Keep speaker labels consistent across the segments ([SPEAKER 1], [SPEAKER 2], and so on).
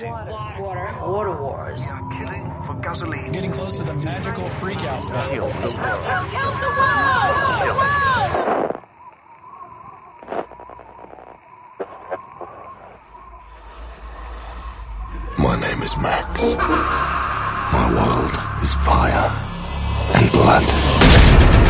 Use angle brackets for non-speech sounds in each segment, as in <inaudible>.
[SPEAKER 1] Water wars. killing for gasoline.
[SPEAKER 2] Getting close to the magical freak out
[SPEAKER 1] Kill the world.
[SPEAKER 3] My name is Max. My world is fire and blood.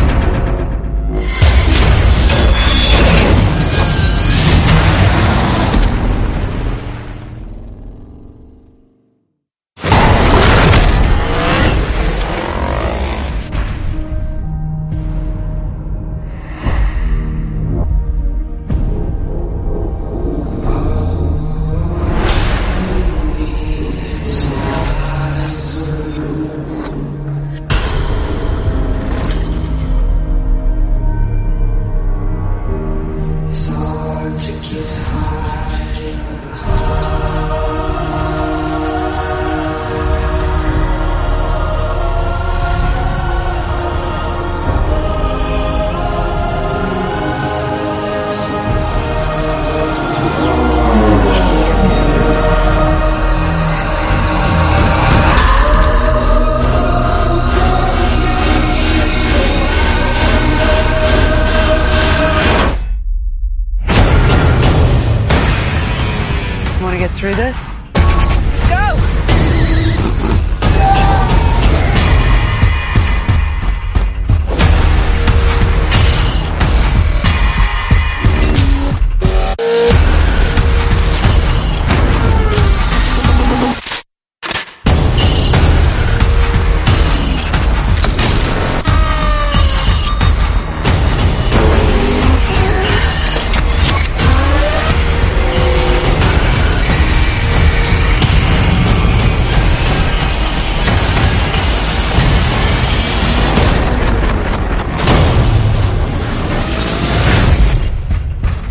[SPEAKER 4] Want to get through this?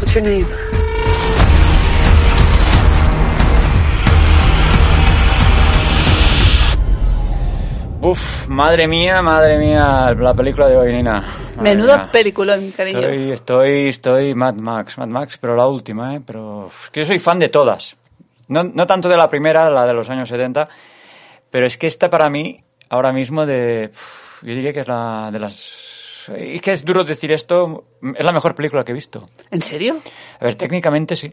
[SPEAKER 4] What's your name?
[SPEAKER 5] Uf, madre mía, madre mía, la película de hoy, Nina. Madre
[SPEAKER 6] Menudo
[SPEAKER 5] mía.
[SPEAKER 6] peliculón, cariño.
[SPEAKER 5] Estoy, estoy, estoy Mad Max, Mad Max, pero la última, ¿eh? Pero uf, es que yo soy fan de todas. No, no tanto de la primera, la de los años 70, pero es que esta para mí, ahora mismo, de. uf, yo diría que es la de las. Es que es duro decir esto, es la mejor película que he visto.
[SPEAKER 6] ¿En serio?
[SPEAKER 5] A ver, técnicamente sí.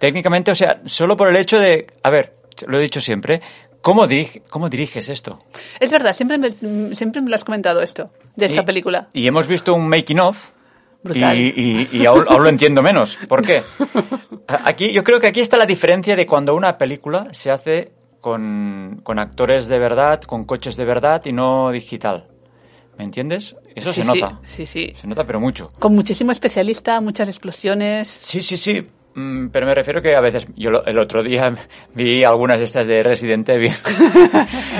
[SPEAKER 5] Técnicamente, o sea, solo por el hecho de. A ver, lo he dicho siempre, ¿cómo, dirige- cómo diriges esto?
[SPEAKER 6] Es verdad, siempre me, siempre me lo has comentado esto, de esta
[SPEAKER 5] Y-
[SPEAKER 6] película.
[SPEAKER 5] Y hemos visto un making of.
[SPEAKER 6] Brutal.
[SPEAKER 5] Y, y- y aún, aún lo entiendo menos. ¿Por
[SPEAKER 6] <laughs>
[SPEAKER 5] qué? A- Aquí, yo creo que aquí está la diferencia de cuando una película se hace con, con actores de verdad, con coches de verdad y no digital. ¿Me entiendes? Eso
[SPEAKER 6] Sí,
[SPEAKER 5] se
[SPEAKER 6] sí,
[SPEAKER 5] nota.
[SPEAKER 6] Sí, sí.
[SPEAKER 5] Se nota, pero mucho.
[SPEAKER 6] Con muchísimo especialista, muchas explosiones.
[SPEAKER 5] Sí, sí, sí. Mm, Pero me refiero que a veces, yo lo- el otro día <laughs> vi algunas de estas de Resident
[SPEAKER 6] <laughs>
[SPEAKER 5] Evil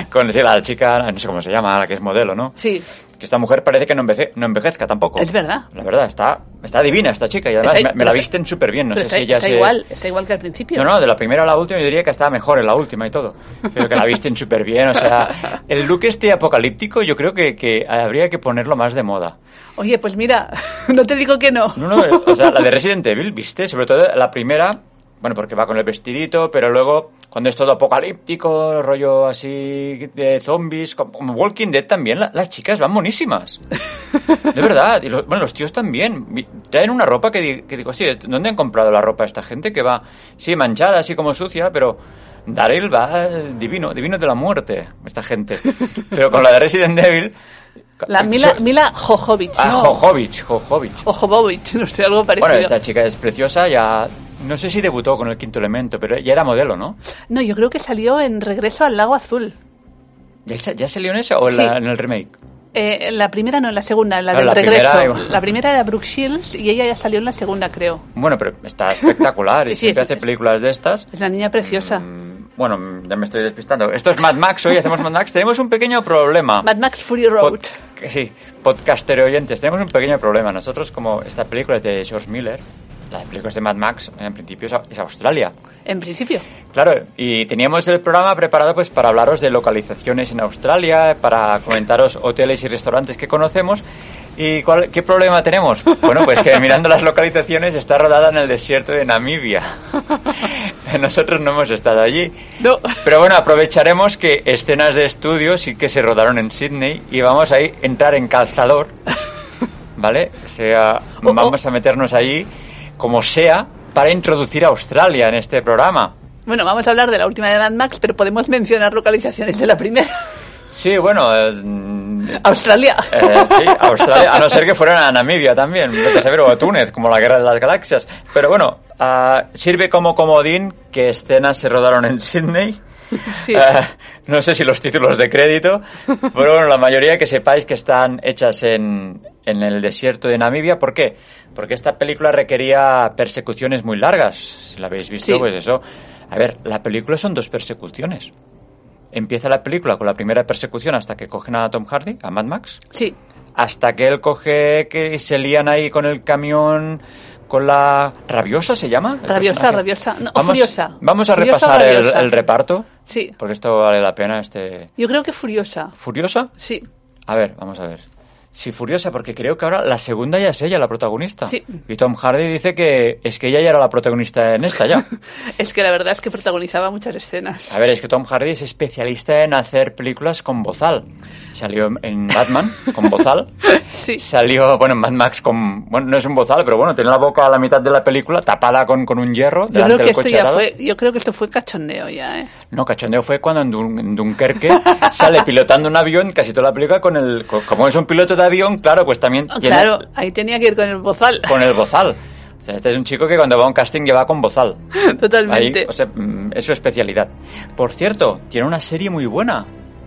[SPEAKER 5] con sí, la chica, no sé cómo se llama, la que es modelo, ¿no?
[SPEAKER 6] Sí,
[SPEAKER 5] Que esta mujer parece que no, envece- no envejezca tampoco.
[SPEAKER 6] Es verdad.
[SPEAKER 5] La verdad, está, está divina esta chica y además
[SPEAKER 6] Ah. Está-
[SPEAKER 5] me, me la
[SPEAKER 6] pero-
[SPEAKER 5] visten súper bien. No
[SPEAKER 6] pero
[SPEAKER 5] sé
[SPEAKER 6] está,
[SPEAKER 5] si ella
[SPEAKER 6] está
[SPEAKER 5] se-
[SPEAKER 6] igual, está igual que al
[SPEAKER 5] No,
[SPEAKER 6] principio.
[SPEAKER 5] no, de la primera a la última yo diría que está mejor en la última y todo. Pero que la visten súper bien, o sea... El look este apocalíptico yo creo que, que habría que ponerlo más de moda.
[SPEAKER 6] Oye, pues mira, <laughs> no te digo que no.
[SPEAKER 5] No, no, o sea, la de Resident Evil, viste, sobre todo la primera, bueno, porque va con el vestidito, pero luego cuando es todo apocalíptico, rollo así de zombies, como como Walking Dead también, la- las chicas van monísimas. De verdad, y los, bueno, los tíos también. Vi- Traen una ropa que, di- que digo, hostia, ¿dónde han comprado la ropa esta gente que va, sí, manchada, así como sucia, pero Daryl va divino, divino de la muerte, esta gente. Pero con la de Resident Evil... eh,
[SPEAKER 6] La Mila,
[SPEAKER 5] so-
[SPEAKER 6] Mila Jojovic,
[SPEAKER 5] Ah,
[SPEAKER 6] ¿no?
[SPEAKER 5] Jojovic, Jojovic.
[SPEAKER 6] O Jovovic, <laughs> no sé, algo parecido.
[SPEAKER 5] Bueno, esta chica es preciosa, ya No sé si debutó con el quinto elemento, pero ya era modelo, ¿no?
[SPEAKER 6] No, yo creo que salió en Regreso al Lago Azul.
[SPEAKER 5] ¿Ya, sa- ya salió en esa o en,
[SPEAKER 6] Sí.
[SPEAKER 5] la- en el remake?
[SPEAKER 6] Eh, la primera no, la segunda, la
[SPEAKER 5] Ah,
[SPEAKER 6] del
[SPEAKER 5] la
[SPEAKER 6] regreso.
[SPEAKER 5] primera, igual.
[SPEAKER 6] la primera era Brooke Shields y ella ya salió en la segunda, creo.
[SPEAKER 5] Bueno, pero está
[SPEAKER 6] <laughs>
[SPEAKER 5] espectacular. y
[SPEAKER 6] Sí, sí,
[SPEAKER 5] siempre
[SPEAKER 6] es-
[SPEAKER 5] hace películas de estas.
[SPEAKER 6] Es la niña preciosa.
[SPEAKER 5] Mm, Bueno, mm, ya me estoy despistando. Esto es Mad Max, hoy hacemos Mad Max. Tenemos un pequeño problema.
[SPEAKER 6] Mad Max Fury Road.
[SPEAKER 5] Pod- que sí, podcaster oyentes, tenemos un pequeño problema. Nosotros, como esta película es de George Miller, las películas de Mad Max, en principio es a- es Australia.
[SPEAKER 6] En principio.
[SPEAKER 5] Claro, y teníamos el programa preparado pues para hablaros de localizaciones en Australia, para comentaros hoteles y restaurantes que conocemos. ¿Y cuál- qué problema
[SPEAKER 6] <laughs>
[SPEAKER 5] tenemos? Bueno, pues que mirando las localizaciones está rodada en el desierto de Namibia. <laughs> Nosotros no hemos estado allí.
[SPEAKER 6] No. <laughs>
[SPEAKER 5] Pero bueno, aprovecharemos que escenas de estudio sí que se rodaron en Sydney y vamos a ir- entrar en calzador, ¿vale? O sea,
[SPEAKER 6] Oh, oh.
[SPEAKER 5] vamos a meternos allí como sea para introducir a Australia en este programa.
[SPEAKER 6] Bueno, vamos a hablar de la última de Mad Max, pero podemos mencionar localizaciones de la primera. <laughs>
[SPEAKER 5] Sí, bueno, eh, mm,
[SPEAKER 6] Australia.
[SPEAKER 5] eh, sí, Australia, a no ser que fueran a Namibia también, vete a saber, o a Túnez, como la Guerra de las Galaxias. Pero bueno, ah, sirve como comodín que escenas se rodaron en Sydney.
[SPEAKER 6] <laughs> Sí.
[SPEAKER 5] Ah, no sé si los títulos de
[SPEAKER 6] <laughs>
[SPEAKER 5] crédito, pero bueno, la mayoría que sepáis que están hechas en, en el desierto de Namibia. ¿Por qué? Porque esta película requería persecuciones muy largas. Si la habéis visto,
[SPEAKER 6] Sí.
[SPEAKER 5] pues eso. A ver, la película son dos persecuciones. Empieza la película con la primera persecución hasta que cogen a Tom Hardy, a Mad Max
[SPEAKER 6] Sí.
[SPEAKER 5] hasta que él coge que se lían ahí con el camión con la rabiosa se llama ¿El
[SPEAKER 6] Rabiosa,
[SPEAKER 5] personaje?
[SPEAKER 6] rabiosa. No,
[SPEAKER 5] vamos,
[SPEAKER 6] furiosa.
[SPEAKER 5] vamos a
[SPEAKER 6] Furiosa o
[SPEAKER 5] repasar el,
[SPEAKER 6] rabiosa.
[SPEAKER 5] el reparto
[SPEAKER 6] Sí.
[SPEAKER 5] porque esto vale la pena este
[SPEAKER 6] Yo creo que Furiosa.
[SPEAKER 5] furiosa
[SPEAKER 6] Sí.
[SPEAKER 5] a ver vamos a ver sí furiosa porque creo que ahora la segunda ya es ella la protagonista
[SPEAKER 6] Sí.
[SPEAKER 5] y Tom Hardy dice que es que ella ya era la protagonista en esta ya
[SPEAKER 6] Es que la verdad es que protagonizaba muchas escenas.
[SPEAKER 5] A ver, es que Tom Hardy es especialista en hacer películas con bozal. Salió en- en Batman con
[SPEAKER 6] <laughs>
[SPEAKER 5] bozal.
[SPEAKER 6] Sí.
[SPEAKER 5] Salió, bueno, en Mad Max con... Bueno, no es un bozal, pero bueno, tenía la boca a la mitad de la película tapada con, con un hierro
[SPEAKER 6] Yo
[SPEAKER 5] delante
[SPEAKER 6] creo que
[SPEAKER 5] del
[SPEAKER 6] esto
[SPEAKER 5] coche
[SPEAKER 6] ya
[SPEAKER 5] arado.
[SPEAKER 6] fue, yo creo que esto fue cachondeo ya, ¿eh?
[SPEAKER 5] No, cachondeo fue cuando en, Dun- en Dunkerque <laughs> sale pilotando un avión casi toda la película con el... co- como es un piloto de avión, claro, pues también tiene
[SPEAKER 6] Ah, Oh, Claro, ahí tenía que ir con el bozal.
[SPEAKER 5] con el bozal. O sea, este es un chico que cuando va a un casting lleva con bozal. Ahí,
[SPEAKER 6] <laughs> Totalmente.
[SPEAKER 5] o sea, mm, es su especialidad. Por cierto, tiene una serie muy buena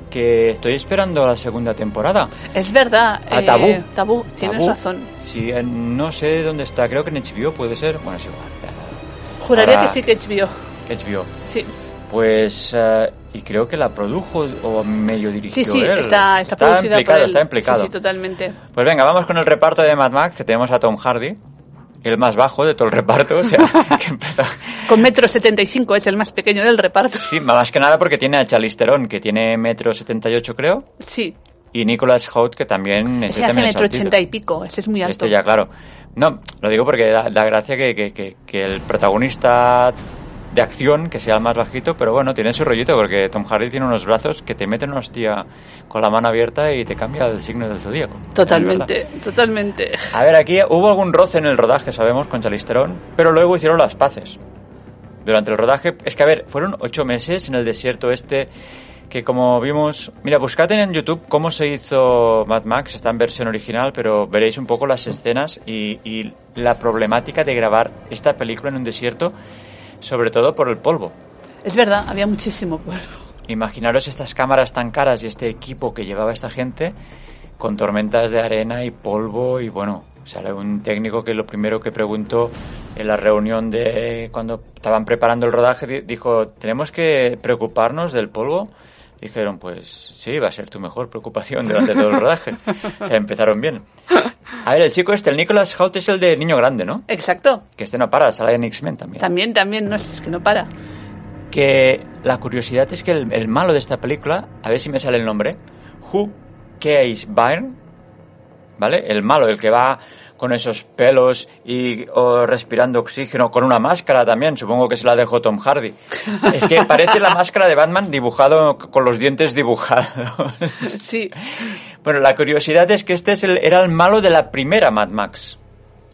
[SPEAKER 5] que estoy esperando la segunda temporada.
[SPEAKER 6] es verdad.
[SPEAKER 5] A
[SPEAKER 6] eh,
[SPEAKER 5] Tabú.
[SPEAKER 6] Tabú, tienes
[SPEAKER 5] Tabú.
[SPEAKER 6] razón.
[SPEAKER 5] Sí, eh, no sé dónde está, creo que en HBO puede ser. Bueno, es igual.
[SPEAKER 6] Juraría
[SPEAKER 5] Ahora-
[SPEAKER 6] que sí que HBO.
[SPEAKER 5] ya, HBO.
[SPEAKER 6] Sí,
[SPEAKER 5] Pues, eh, y creo que la produjo o medio dirigió
[SPEAKER 6] sí, sí
[SPEAKER 5] él.
[SPEAKER 6] está, está, producida por
[SPEAKER 5] implicado,
[SPEAKER 6] él.
[SPEAKER 5] está implicado.
[SPEAKER 6] Sí, sí, totalmente.
[SPEAKER 5] Pues venga, vamos con el reparto de Mad Max, que tenemos a Tom Hardy, el más bajo de todo el reparto. O
[SPEAKER 6] <laughs>
[SPEAKER 5] sea, que empezó-
[SPEAKER 6] Con metro 75 es el más pequeño del reparto.
[SPEAKER 5] Sí, más que nada porque tiene a Chalisterón, que tiene metro 78 creo,
[SPEAKER 6] Sí,
[SPEAKER 5] y Nicolas Hoult, que también... ese
[SPEAKER 6] ese hace
[SPEAKER 5] también es
[SPEAKER 6] metro
[SPEAKER 5] altito.
[SPEAKER 6] 80 y pico, ese es muy alto.
[SPEAKER 5] Este ya, claro. No, lo digo porque da, da gracia que, que- que- que el protagonista de acción, que sea el más bajito, pero bueno, tiene su rollito, porque Tom Hardy tiene unos brazos que te meten una hostia con la mano abierta y te cambia el signo del zodíaco.
[SPEAKER 6] Totalmente, totalmente.
[SPEAKER 5] A ver, aquí hubo algún roce en el rodaje, sabemos, con Chalisterón, pero luego hicieron las paces. Durante el rodaje, es que a ver, fueron ocho meses en el desierto este, que como vimos, mira, buscad en YouTube cómo se hizo Mad Max, está en versión original, pero veréis un poco las escenas y, y la problemática de grabar esta película en un desierto, sobre todo por el polvo.
[SPEAKER 6] Es verdad, había muchísimo polvo.
[SPEAKER 5] Imaginaros estas cámaras tan caras y este equipo que llevaba esta gente con tormentas de arena y polvo y bueno, sale un técnico que lo primero que preguntó en la reunión de cuando estaban preparando el rodaje di- dijo, "Tenemos que preocuparnos del polvo." Dijeron, "Pues sí, va a ser tu mejor preocupación durante todo el rodaje." O sea, empezaron bien. A ver, el chico este, el Nicholas Hout es el de Niño Grande, ¿no?
[SPEAKER 6] Exacto.
[SPEAKER 5] Que este no para, sale en X-Men también
[SPEAKER 6] También, también, no es que no para. <laughs>
[SPEAKER 5] que la curiosidad es que el, el malo de esta película, a ver si me sale el nombre, Who Case Byrne, ¿vale? El malo, el que va con esos pelos y o respirando oxígeno, con una máscara también, supongo que se la dejó Tom Hardy. Es que parece la máscara de Batman dibujado, con los dientes dibujados. <laughs>
[SPEAKER 6] Sí,
[SPEAKER 5] Bueno, la curiosidad es que este es el- era el malo de la primera Mad Max,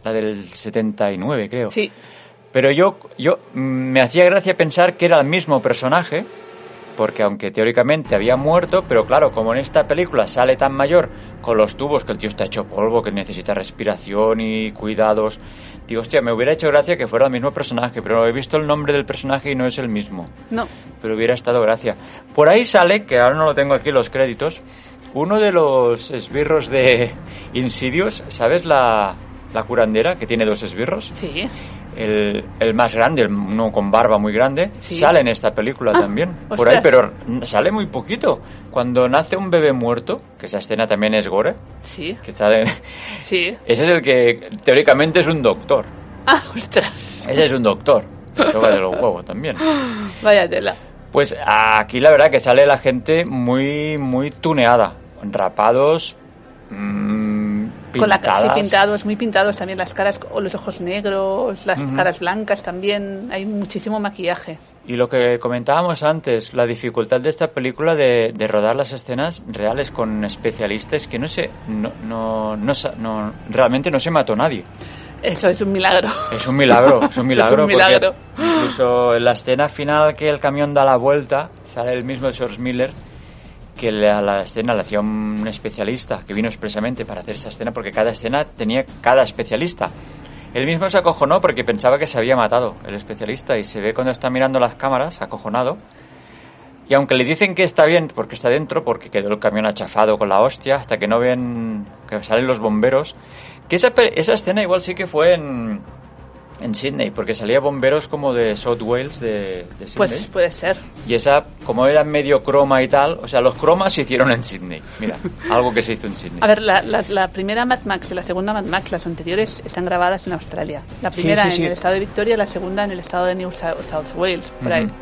[SPEAKER 5] la del 79 creo.
[SPEAKER 6] sí.
[SPEAKER 5] Pero yo, yo mm, me hacía gracia pensar que era el mismo personaje, porque aunque teóricamente había muerto, pero claro, como en esta película sale tan mayor con los tubos que el tío está hecho polvo, que necesita respiración y cuidados, digo, hostia, me hubiera hecho gracia que fuera el mismo personaje, pero he visto el nombre del personaje y no es el mismo.
[SPEAKER 6] No.
[SPEAKER 5] Pero hubiera estado gracia. Por ahí sale, que ahora no lo tengo aquí los créditos, uno de los esbirros de <laughs> Insidios, ¿sabes la, la curandera que tiene dos esbirros?
[SPEAKER 6] Sí.
[SPEAKER 5] El, el, más grande, el uno con barba muy grande,
[SPEAKER 6] Sí.
[SPEAKER 5] sale en esta película
[SPEAKER 6] Ah,
[SPEAKER 5] también.
[SPEAKER 6] ostras.
[SPEAKER 5] Por ahí, pero sale muy poquito. Cuando nace un bebé muerto, que esa escena también es gore,
[SPEAKER 6] Sí,
[SPEAKER 5] que sale,
[SPEAKER 6] sí.
[SPEAKER 5] <laughs> ese es el que teóricamente es un doctor.
[SPEAKER 6] Ah, ostras.
[SPEAKER 5] Ese es un doctor. que Toca de los huevos también.
[SPEAKER 6] Vaya tela.
[SPEAKER 5] Pues aquí la verdad que sale la gente muy, muy tuneada. Rapados, mm,
[SPEAKER 6] Con la ca- sí,
[SPEAKER 5] pintadas.
[SPEAKER 6] pintados, muy pintados también las caras o los ojos negros, las caras blancas también. Hay muchísimo maquillaje.
[SPEAKER 5] Y lo que comentábamos antes, la dificultad de esta película de, de rodar las escenas reales con especialistas que no sé, no, no, no, sa- no- realmente no se mató nadie.
[SPEAKER 6] Eso es un milagro.
[SPEAKER 5] Es un milagro, <laughs> es un
[SPEAKER 6] Eso es
[SPEAKER 5] milagro.
[SPEAKER 6] un
[SPEAKER 5] porque
[SPEAKER 6] milagro.
[SPEAKER 5] Incluso en la escena final que el camión da la vuelta, sale el mismo George Miller que la, la escena la hacía un especialista que vino expresamente para hacer esa escena porque cada escena tenía cada especialista. Él mismo se acojonó porque pensaba que se había matado el especialista y se ve cuando está mirando las cámaras acojonado. Y aunque le dicen que está bien porque está dentro, porque quedó el camión achafado con la hostia, hasta que no ven que salen los bomberos, que esa, pe- esa escena igual sí que fue en, en Sydney, porque salía bomberos como de South Wales, de, de Sydney.
[SPEAKER 6] Pues puede ser.
[SPEAKER 5] Y esa, como era medio croma y tal, o sea, los cromas se hicieron en Sydney.
[SPEAKER 6] <laughs>
[SPEAKER 5] Mira, algo que se hizo en Sydney.
[SPEAKER 6] A ver, la, la- la primera Mad Max y la segunda Mad Max, las anteriores, están grabadas en Australia. La primera
[SPEAKER 5] sí, sí.
[SPEAKER 6] en el estado de Victoria, la segunda en el estado de New South, South Wales, por ahí.
[SPEAKER 5] Ujú.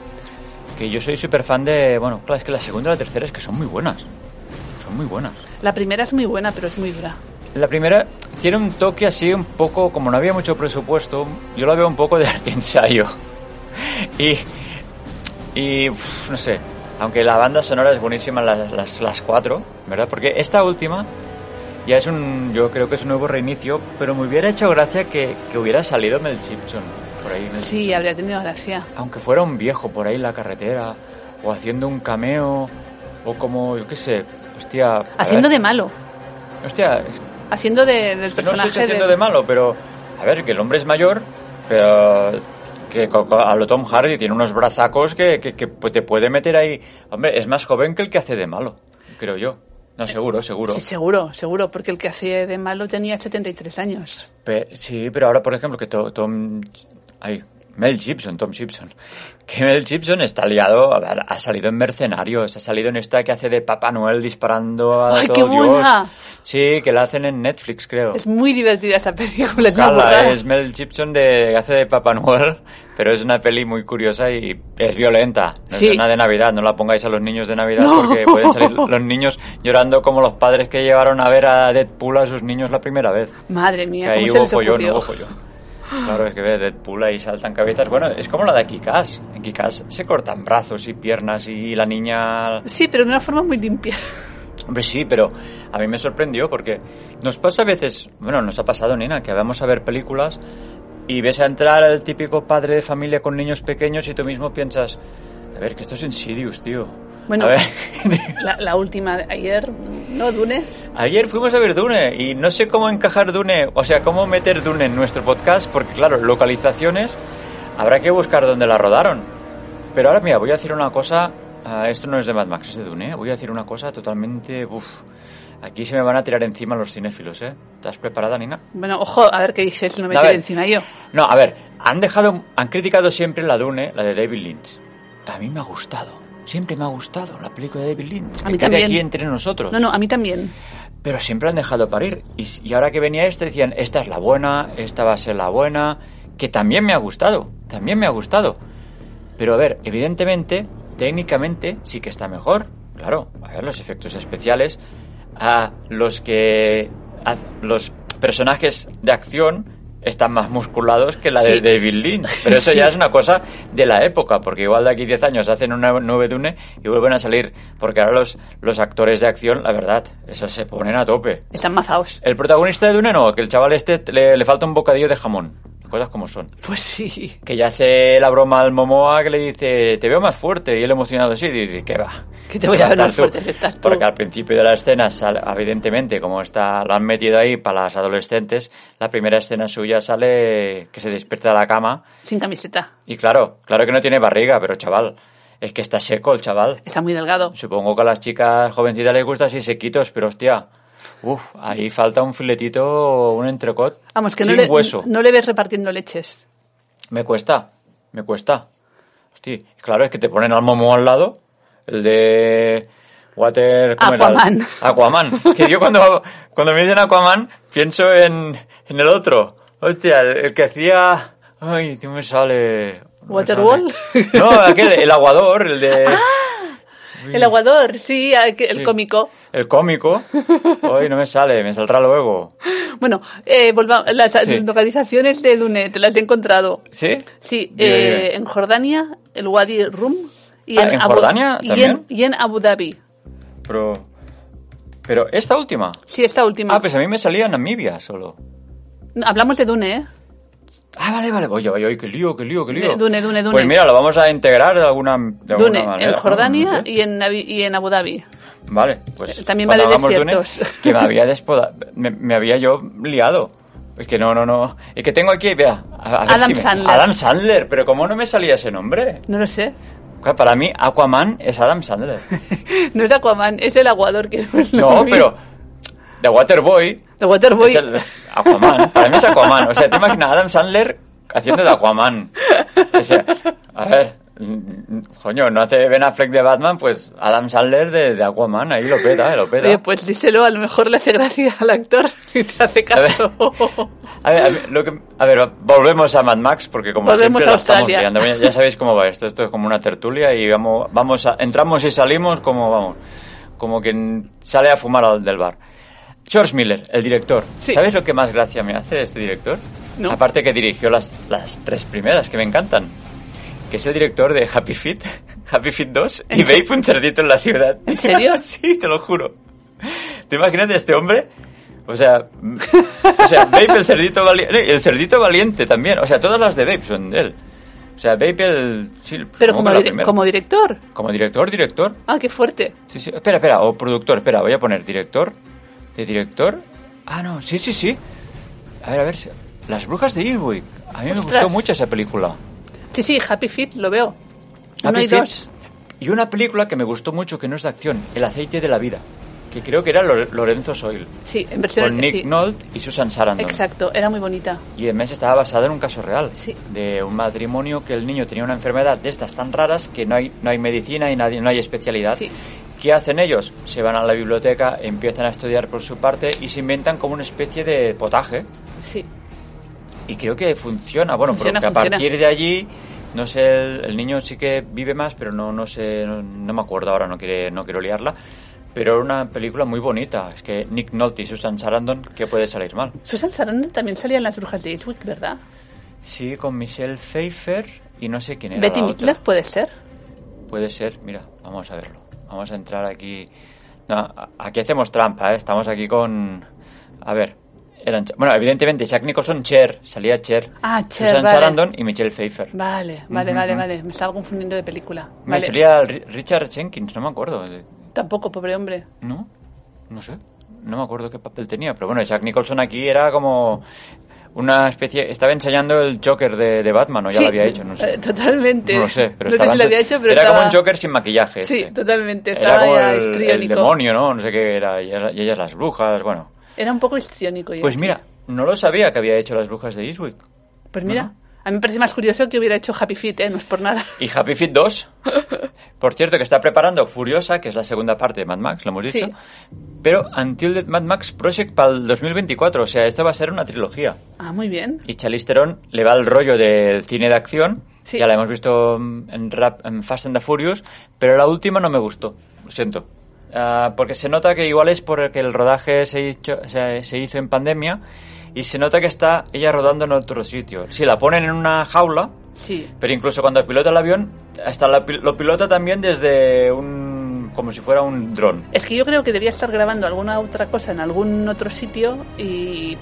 [SPEAKER 5] Que yo soy súper fan de. Bueno, claro, es que la segunda y la tercera es que son muy buenas. Son muy buenas.
[SPEAKER 6] La primera es muy buena, pero es muy dura.
[SPEAKER 5] La primera tiene un toque así, un poco, como no había mucho presupuesto, yo la veo un poco de arte <laughs> ensayo. Y. Y. uf, no sé. Aunque la banda sonora es buenísima, las, las, las cuatro, ¿verdad? Porque esta última ya es un. Yo creo que es un nuevo reinicio, pero me hubiera hecho gracia que, que hubiera salido Mel Gibson por ahí. Mel
[SPEAKER 6] Sí,
[SPEAKER 5] Gibson.
[SPEAKER 6] habría tenido gracia.
[SPEAKER 5] Aunque fuera un viejo por ahí en la carretera, o haciendo un cameo, o como, yo qué sé, hostia. a
[SPEAKER 6] Haciendo de
[SPEAKER 5] ver,
[SPEAKER 6] malo.
[SPEAKER 5] Hostia, es-
[SPEAKER 6] Haciendo de- del
[SPEAKER 5] no sé
[SPEAKER 6] este personaje
[SPEAKER 5] si haciendo
[SPEAKER 6] del-
[SPEAKER 5] de malo, pero a ver, que el hombre es mayor, pero que co- co- a lo Tom Hardy tiene unos brazacos que, que- que pu- te puede meter ahí. Hombre, es más joven que el que hace de malo, creo yo. No, seguro, seguro.
[SPEAKER 6] Sí, seguro, seguro, porque el que hacía de malo tenía 73 años.
[SPEAKER 5] Pe- sí, pero ahora, por ejemplo, que to- Tom... ay, Mel Gibson, Tom Gibson. Que Mel Gibson está liado, a ver, ha salido en Mercenarios, ha salido en esta que hace de Papá Noel disparando a
[SPEAKER 6] ¡Ay,
[SPEAKER 5] todo
[SPEAKER 6] qué
[SPEAKER 5] Dios.
[SPEAKER 6] buena!
[SPEAKER 5] Sí, que la hacen en Netflix, creo.
[SPEAKER 6] Es muy divertida esta película, es una
[SPEAKER 5] Cala,
[SPEAKER 6] burrada.
[SPEAKER 5] es Mel Gibson de hace de Papá Noel, pero es una peli muy curiosa y es violenta. No
[SPEAKER 6] Sí.
[SPEAKER 5] es una de Navidad, no la pongáis a los niños de Navidad
[SPEAKER 6] No.
[SPEAKER 5] porque pueden
[SPEAKER 6] <laughs>
[SPEAKER 5] salir los niños llorando como los padres que llevaron a ver a Deadpool a sus niños la primera vez.
[SPEAKER 6] Madre
[SPEAKER 5] Que
[SPEAKER 6] mía,
[SPEAKER 5] ahí
[SPEAKER 6] ¿cómo se
[SPEAKER 5] hubo
[SPEAKER 6] les
[SPEAKER 5] follón,
[SPEAKER 6] ocurrió?
[SPEAKER 5] hubo follón. Claro, es que ve Deadpool ahí saltan cabezas. Bueno, es como la de Kikaz. En Kikaz se cortan brazos y piernas y la niña
[SPEAKER 6] Sí, pero de una forma muy limpia. <laughs>
[SPEAKER 5] Hombre, sí, pero a mí me sorprendió porque nos pasa a veces, bueno, nos ha pasado, Nina, que vamos a ver películas y ves a entrar al típico padre de familia con niños pequeños y tú mismo piensas, a ver, que esto es Insidious, tío.
[SPEAKER 6] Bueno.
[SPEAKER 5] A ver,
[SPEAKER 6] <laughs> La, la última de ayer, ¿no, Dune?
[SPEAKER 5] ayer fuimos a ver Dune y no sé cómo encajar Dune, o sea, cómo meter Dune en nuestro podcast, porque claro, localizaciones, habrá que buscar dónde la rodaron. Pero ahora, mira, voy a decir una cosa, ah, esto no es de Mad Max, es de Dune, ¿eh? voy a decir una cosa totalmente, uff, aquí se me van a tirar encima los cinéfilos, ¿eh? ¿Estás preparada, Nina?
[SPEAKER 6] Bueno, ojo, a ver qué dices, no me
[SPEAKER 5] A
[SPEAKER 6] tire
[SPEAKER 5] ver.
[SPEAKER 6] encima yo.
[SPEAKER 5] No, a ver, han dejado, han criticado siempre la Dune, la de David Lynch. A mí me ha gustado, siempre me ha gustado la película de David Lynch.
[SPEAKER 6] A
[SPEAKER 5] que
[SPEAKER 6] mí
[SPEAKER 5] quede
[SPEAKER 6] también.
[SPEAKER 5] aquí entre nosotros.
[SPEAKER 6] No, no, a mí también.
[SPEAKER 5] Pero siempre han dejado parir. Y, y ahora que venía esta, decían, esta es la buena, esta va a ser la buena, que también me ha gustado, también me ha gustado. Pero a ver, evidentemente, técnicamente sí que está mejor. Claro, a ver, los efectos especiales, a los que... a los personajes de acción están más musculados que la de
[SPEAKER 6] Sí.
[SPEAKER 5] David Lynch. Pero eso
[SPEAKER 6] <laughs> Sí.
[SPEAKER 5] ya es una cosa de la época, porque igual de aquí 10 años hacen una nube Dune y vuelven a salir, porque ahora los, los actores de acción, la verdad, eso se ponen a tope.
[SPEAKER 6] Están mazaos.
[SPEAKER 5] El protagonista de Dune no, que el chaval este le, le falta un bocadillo de jamón. cosas como son.
[SPEAKER 6] Pues sí.
[SPEAKER 5] Que ya hace la broma al Momoa que le dice, te veo más fuerte. Y él emocionado así, dice, ¿qué va?
[SPEAKER 6] Que te voy a ver más fuerte que estás tú.
[SPEAKER 5] Porque al principio de la escena, sale- evidentemente, como está, lo han metido ahí para las adolescentes, la primera escena suya sale que se despierta de la cama.
[SPEAKER 6] Sin camiseta.
[SPEAKER 5] Y claro, claro que no tiene barriga, pero chaval, es que está seco el chaval.
[SPEAKER 6] Está muy delgado.
[SPEAKER 5] Supongo que a las chicas jovencitas les gusta así sequitos, pero hostia, uf, ahí falta un filetito, un entrecot
[SPEAKER 6] Vamos, que
[SPEAKER 5] sin
[SPEAKER 6] no, le,
[SPEAKER 5] hueso.
[SPEAKER 6] no le ves repartiendo leches.
[SPEAKER 5] Me cuesta, me cuesta. Hostia, claro, es que te ponen al momo al lado, el de Water... ¿cómo era?
[SPEAKER 6] Aquaman.
[SPEAKER 5] Aquaman.
[SPEAKER 6] <laughs>
[SPEAKER 5] Que yo cuando, cuando me dicen Aquaman pienso en, en el otro. Hostia, el, el que hacía... Ay, tú me sale... no me
[SPEAKER 6] ¿Waterwall? Ah,
[SPEAKER 5] sale. No, aquel, el aguador, el
[SPEAKER 6] <laughs>
[SPEAKER 5] de...
[SPEAKER 6] El aguador, sí, a- que- el
[SPEAKER 5] Sí.
[SPEAKER 6] cómico.
[SPEAKER 5] El cómico. Hoy no me sale, me saldrá luego.
[SPEAKER 6] Bueno, eh, volvamos. Las
[SPEAKER 5] Sí.
[SPEAKER 6] localizaciones de Dune, te las he encontrado.
[SPEAKER 5] ¿Sí?
[SPEAKER 6] Sí,
[SPEAKER 5] Dime,
[SPEAKER 6] eh,
[SPEAKER 5] dime.
[SPEAKER 6] en Jordania, el Wadi Rum. Y
[SPEAKER 5] Ah, ¿en Jordania
[SPEAKER 6] y
[SPEAKER 5] también?
[SPEAKER 6] en- y en Abu Dhabi.
[SPEAKER 5] Pero... Pero esta última.
[SPEAKER 6] Sí, esta última.
[SPEAKER 5] Ah, pues a mí me salía Namibia solo.
[SPEAKER 6] Hablamos de Dune, ¿eh?
[SPEAKER 5] Ah, vale, vale. Oye, oye, oye, qué lío, qué lío, qué lío.
[SPEAKER 6] Eh, Dune, Dune, Dune.
[SPEAKER 5] Pues mira, lo vamos a integrar de alguna, de alguna
[SPEAKER 6] Dune,
[SPEAKER 5] manera.
[SPEAKER 6] en
[SPEAKER 5] ¿no?
[SPEAKER 6] Jordania
[SPEAKER 5] No sé.
[SPEAKER 6] y, en, Navi- y en Abu Dhabi.
[SPEAKER 5] Vale, pues...
[SPEAKER 6] Eh, también
[SPEAKER 5] cuando
[SPEAKER 6] vale
[SPEAKER 5] hagamos
[SPEAKER 6] desiertos.
[SPEAKER 5] que me había despoda... Me, me había yo liado. Es que no, no, no. Es que tengo aquí, vea... a- a ver
[SPEAKER 6] Adam
[SPEAKER 5] si me-
[SPEAKER 6] Sandler.
[SPEAKER 5] Adam Sandler, pero ¿cómo no me salía ese nombre?
[SPEAKER 6] No lo sé. <laughs>
[SPEAKER 5] Claro, Para mí, Aquaman es Adam Sandler.
[SPEAKER 6] No es Aquaman, es el aguador que hemos
[SPEAKER 5] No,
[SPEAKER 6] nombrado.
[SPEAKER 5] pero... The Waterboy...
[SPEAKER 6] El Waterboy.
[SPEAKER 5] Es el Aquaman. Para mí es Aquaman. O sea, te imaginas a Adam Sandler haciendo de Aquaman. O sea, a ver, mm, mm, coño, no hace Ben Affleck de Batman, pues Adam Sandler de, de Aquaman. Ahí lo peta, eh, lo peta.
[SPEAKER 6] Oye, pues díselo, a lo mejor le hace gracia al actor <laughs> y te
[SPEAKER 5] <laughs>
[SPEAKER 6] hace caso.
[SPEAKER 5] A ver, a ver, lo que- a ver, volvemos a Mad Max porque como
[SPEAKER 6] Volvemos
[SPEAKER 5] siempre
[SPEAKER 6] a
[SPEAKER 5] la estamos
[SPEAKER 6] Australia.
[SPEAKER 5] liando. Ya- Ya sabéis cómo va esto. Esto es como una tertulia y vamos, vamos a- entramos y salimos como vamos, como quien sale a fumar al del bar. George Miller, el director.
[SPEAKER 6] Sí.
[SPEAKER 5] ¿Sabes lo que más gracia me hace de este director?
[SPEAKER 6] No.
[SPEAKER 5] Aparte que dirigió las, las tres primeras que me encantan. Que es el director de Happy Feet, <laughs> Happy Feet 2 y
[SPEAKER 6] ¿En se-
[SPEAKER 5] Babe un cerdito en la ciudad.
[SPEAKER 6] ¿En
[SPEAKER 5] <laughs>
[SPEAKER 6] serio?
[SPEAKER 5] sí, te lo juro. ¿Te imaginas de este hombre? O sea, mm, o sea, Vape el cerdito valiente, el cerdito valiente también. O sea, todas las de Vape son de él. O sea, Vape el, sí, supongo
[SPEAKER 6] pero como,
[SPEAKER 5] que la
[SPEAKER 6] dire-
[SPEAKER 5] primera.
[SPEAKER 6] como director.
[SPEAKER 5] Como director, director.
[SPEAKER 6] Ah, qué fuerte.
[SPEAKER 5] Sí, sí. Espera, espera, o productor, espera, voy a poner director. ¿De director? Ah, no, sí, sí, sí. A ver, a ver. Las brujas de Eastwick. A mí me
[SPEAKER 6] Ostras.
[SPEAKER 5] gustó mucho esa película.
[SPEAKER 6] Sí, sí, Happy Feet, lo veo. Uno
[SPEAKER 5] Happy
[SPEAKER 6] y
[SPEAKER 5] Feet.
[SPEAKER 6] dos.
[SPEAKER 5] Y una película que me gustó mucho que no es de acción, El aceite de la vida, que creo que era Lore- Lorenzo Soil.
[SPEAKER 6] Sí, en versión.
[SPEAKER 5] Con Nick
[SPEAKER 6] sí.
[SPEAKER 5] Nolte y Susan Sarandon.
[SPEAKER 6] Exacto, era muy bonita.
[SPEAKER 5] Y además estaba basada en un caso real
[SPEAKER 6] Sí.
[SPEAKER 5] de un matrimonio que el niño tenía una enfermedad de estas tan raras que no hay no hay medicina y nadie no hay especialidad.
[SPEAKER 6] Sí.
[SPEAKER 5] ¿Qué hacen ellos? Se van a la biblioteca, empiezan a estudiar por su parte y se inventan como una especie de potaje
[SPEAKER 6] Sí.
[SPEAKER 5] y creo que funciona. Bueno,
[SPEAKER 6] Funciona,
[SPEAKER 5] porque a
[SPEAKER 6] funciona.
[SPEAKER 5] partir de allí no sé, el, el niño sí que vive más, pero no no sé no, no me acuerdo ahora, no quiere no quiero liarla. Pero era una película muy bonita. Es que Nick Nolte y Susan Sarandon, ¿qué puede salir mal?
[SPEAKER 6] Susan Sarandon también salía en Las Brujas de Eastwick, ¿verdad?
[SPEAKER 5] Sí, con Michelle Pfeiffer y no sé quién era.
[SPEAKER 6] Betty
[SPEAKER 5] la otra.
[SPEAKER 6] Midler puede ser.
[SPEAKER 5] Puede ser, mira, vamos a verlo. Vamos a entrar aquí. No, a- aquí hacemos trampa, ¿eh? Estamos aquí con. A ver. Eran... Bueno, evidentemente, Jack Nicholson, Cher. Salía Cher.
[SPEAKER 6] Ah, Cher,
[SPEAKER 5] Susan
[SPEAKER 6] vale.
[SPEAKER 5] Sarandon y Michelle Pfeiffer.
[SPEAKER 6] Vale, vale, vale, vale. Me estaba confundiendo de película.
[SPEAKER 5] Me
[SPEAKER 6] Vale.
[SPEAKER 5] salía el Ri- Richard Jenkins, no me acuerdo. de-
[SPEAKER 6] Tampoco, pobre hombre.
[SPEAKER 5] ¿No? No sé. No me acuerdo qué papel tenía. Pero bueno, Jack Nicholson aquí era como. Una especie. Estaba enseñando el Joker de, de Batman, o ya
[SPEAKER 6] Sí,
[SPEAKER 5] lo había hecho, no sé.
[SPEAKER 6] eh, totalmente.
[SPEAKER 5] No lo sé, pero
[SPEAKER 6] No sé
[SPEAKER 5] estaba
[SPEAKER 6] si lo había
[SPEAKER 5] antes-
[SPEAKER 6] hecho, pero
[SPEAKER 5] Era como
[SPEAKER 6] estaba-
[SPEAKER 5] un Joker sin maquillaje.
[SPEAKER 6] Sí,
[SPEAKER 5] este.
[SPEAKER 6] totalmente,
[SPEAKER 5] Era
[SPEAKER 6] estaba
[SPEAKER 5] como
[SPEAKER 6] ya
[SPEAKER 5] el, el
[SPEAKER 6] histriónico.
[SPEAKER 5] demonio, ¿no? No sé qué era. Y era- y ellas las brujas, bueno.
[SPEAKER 6] Era un poco histriónico. yo.
[SPEAKER 5] Pues mira, no lo sabía que había hecho las brujas de Eastwick.
[SPEAKER 6] Pues mira,
[SPEAKER 5] Ajá.
[SPEAKER 6] a mí me parece más curioso que hubiera hecho Happy Feet, ¿eh? No es por nada.
[SPEAKER 5] Y Happy Feet 2, por cierto, que está preparando Furiosa, que es la segunda parte de Mad Max, lo hemos dicho.
[SPEAKER 6] Sí.
[SPEAKER 5] Pero Until the Mad Max Project para el 2024, o sea, esto va a ser una trilogía.
[SPEAKER 6] Ah, muy bien.
[SPEAKER 5] Y Charlize Theron le va el rollo del cine de acción.
[SPEAKER 6] Sí.
[SPEAKER 5] Ya la hemos visto mm, en, Rap- en Fast and the Furious, pero la última no me gustó. Lo siento. Ah, porque se nota que igual es porque el rodaje se hizo, se, se hizo en pandemia y se nota que está ella rodando en otro sitio. Si la ponen en una jaula,
[SPEAKER 6] Sí.
[SPEAKER 5] pero incluso cuando pilota el avión, hasta la pil- lo pilota también desde un... como si fuera un dron.
[SPEAKER 6] Es que yo creo que debía estar grabando alguna otra cosa en algún otro sitio y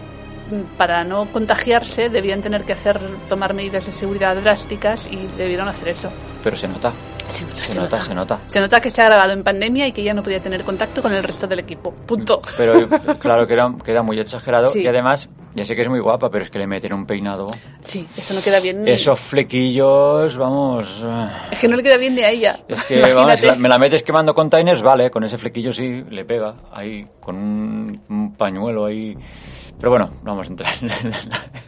[SPEAKER 6] mm, para no contagiarse debían tener que hacer tomar medidas de seguridad drásticas y debieron hacer eso.
[SPEAKER 5] Pero se nota.
[SPEAKER 6] Se nota,
[SPEAKER 5] Se, nota, se nota.
[SPEAKER 6] Se nota que se ha grabado en pandemia y que ya no podía tener contacto con el resto del equipo. Punto.
[SPEAKER 5] Pero claro que era, queda muy exagerado
[SPEAKER 6] Sí.
[SPEAKER 5] y además, ya sé que es muy guapa, pero es que le meten un peinado.
[SPEAKER 6] Sí, eso no queda bien. ni-
[SPEAKER 5] Esos flequillos, vamos... eh.
[SPEAKER 6] Es que no le queda bien ni a ella.
[SPEAKER 5] Es que
[SPEAKER 6] Imagínate.
[SPEAKER 5] vamos, la- me la metes quemando containers, vale, con ese flequillo sí le pega, ahí, con un, un pañuelo ahí. Pero bueno, no vamos a entrar. en la-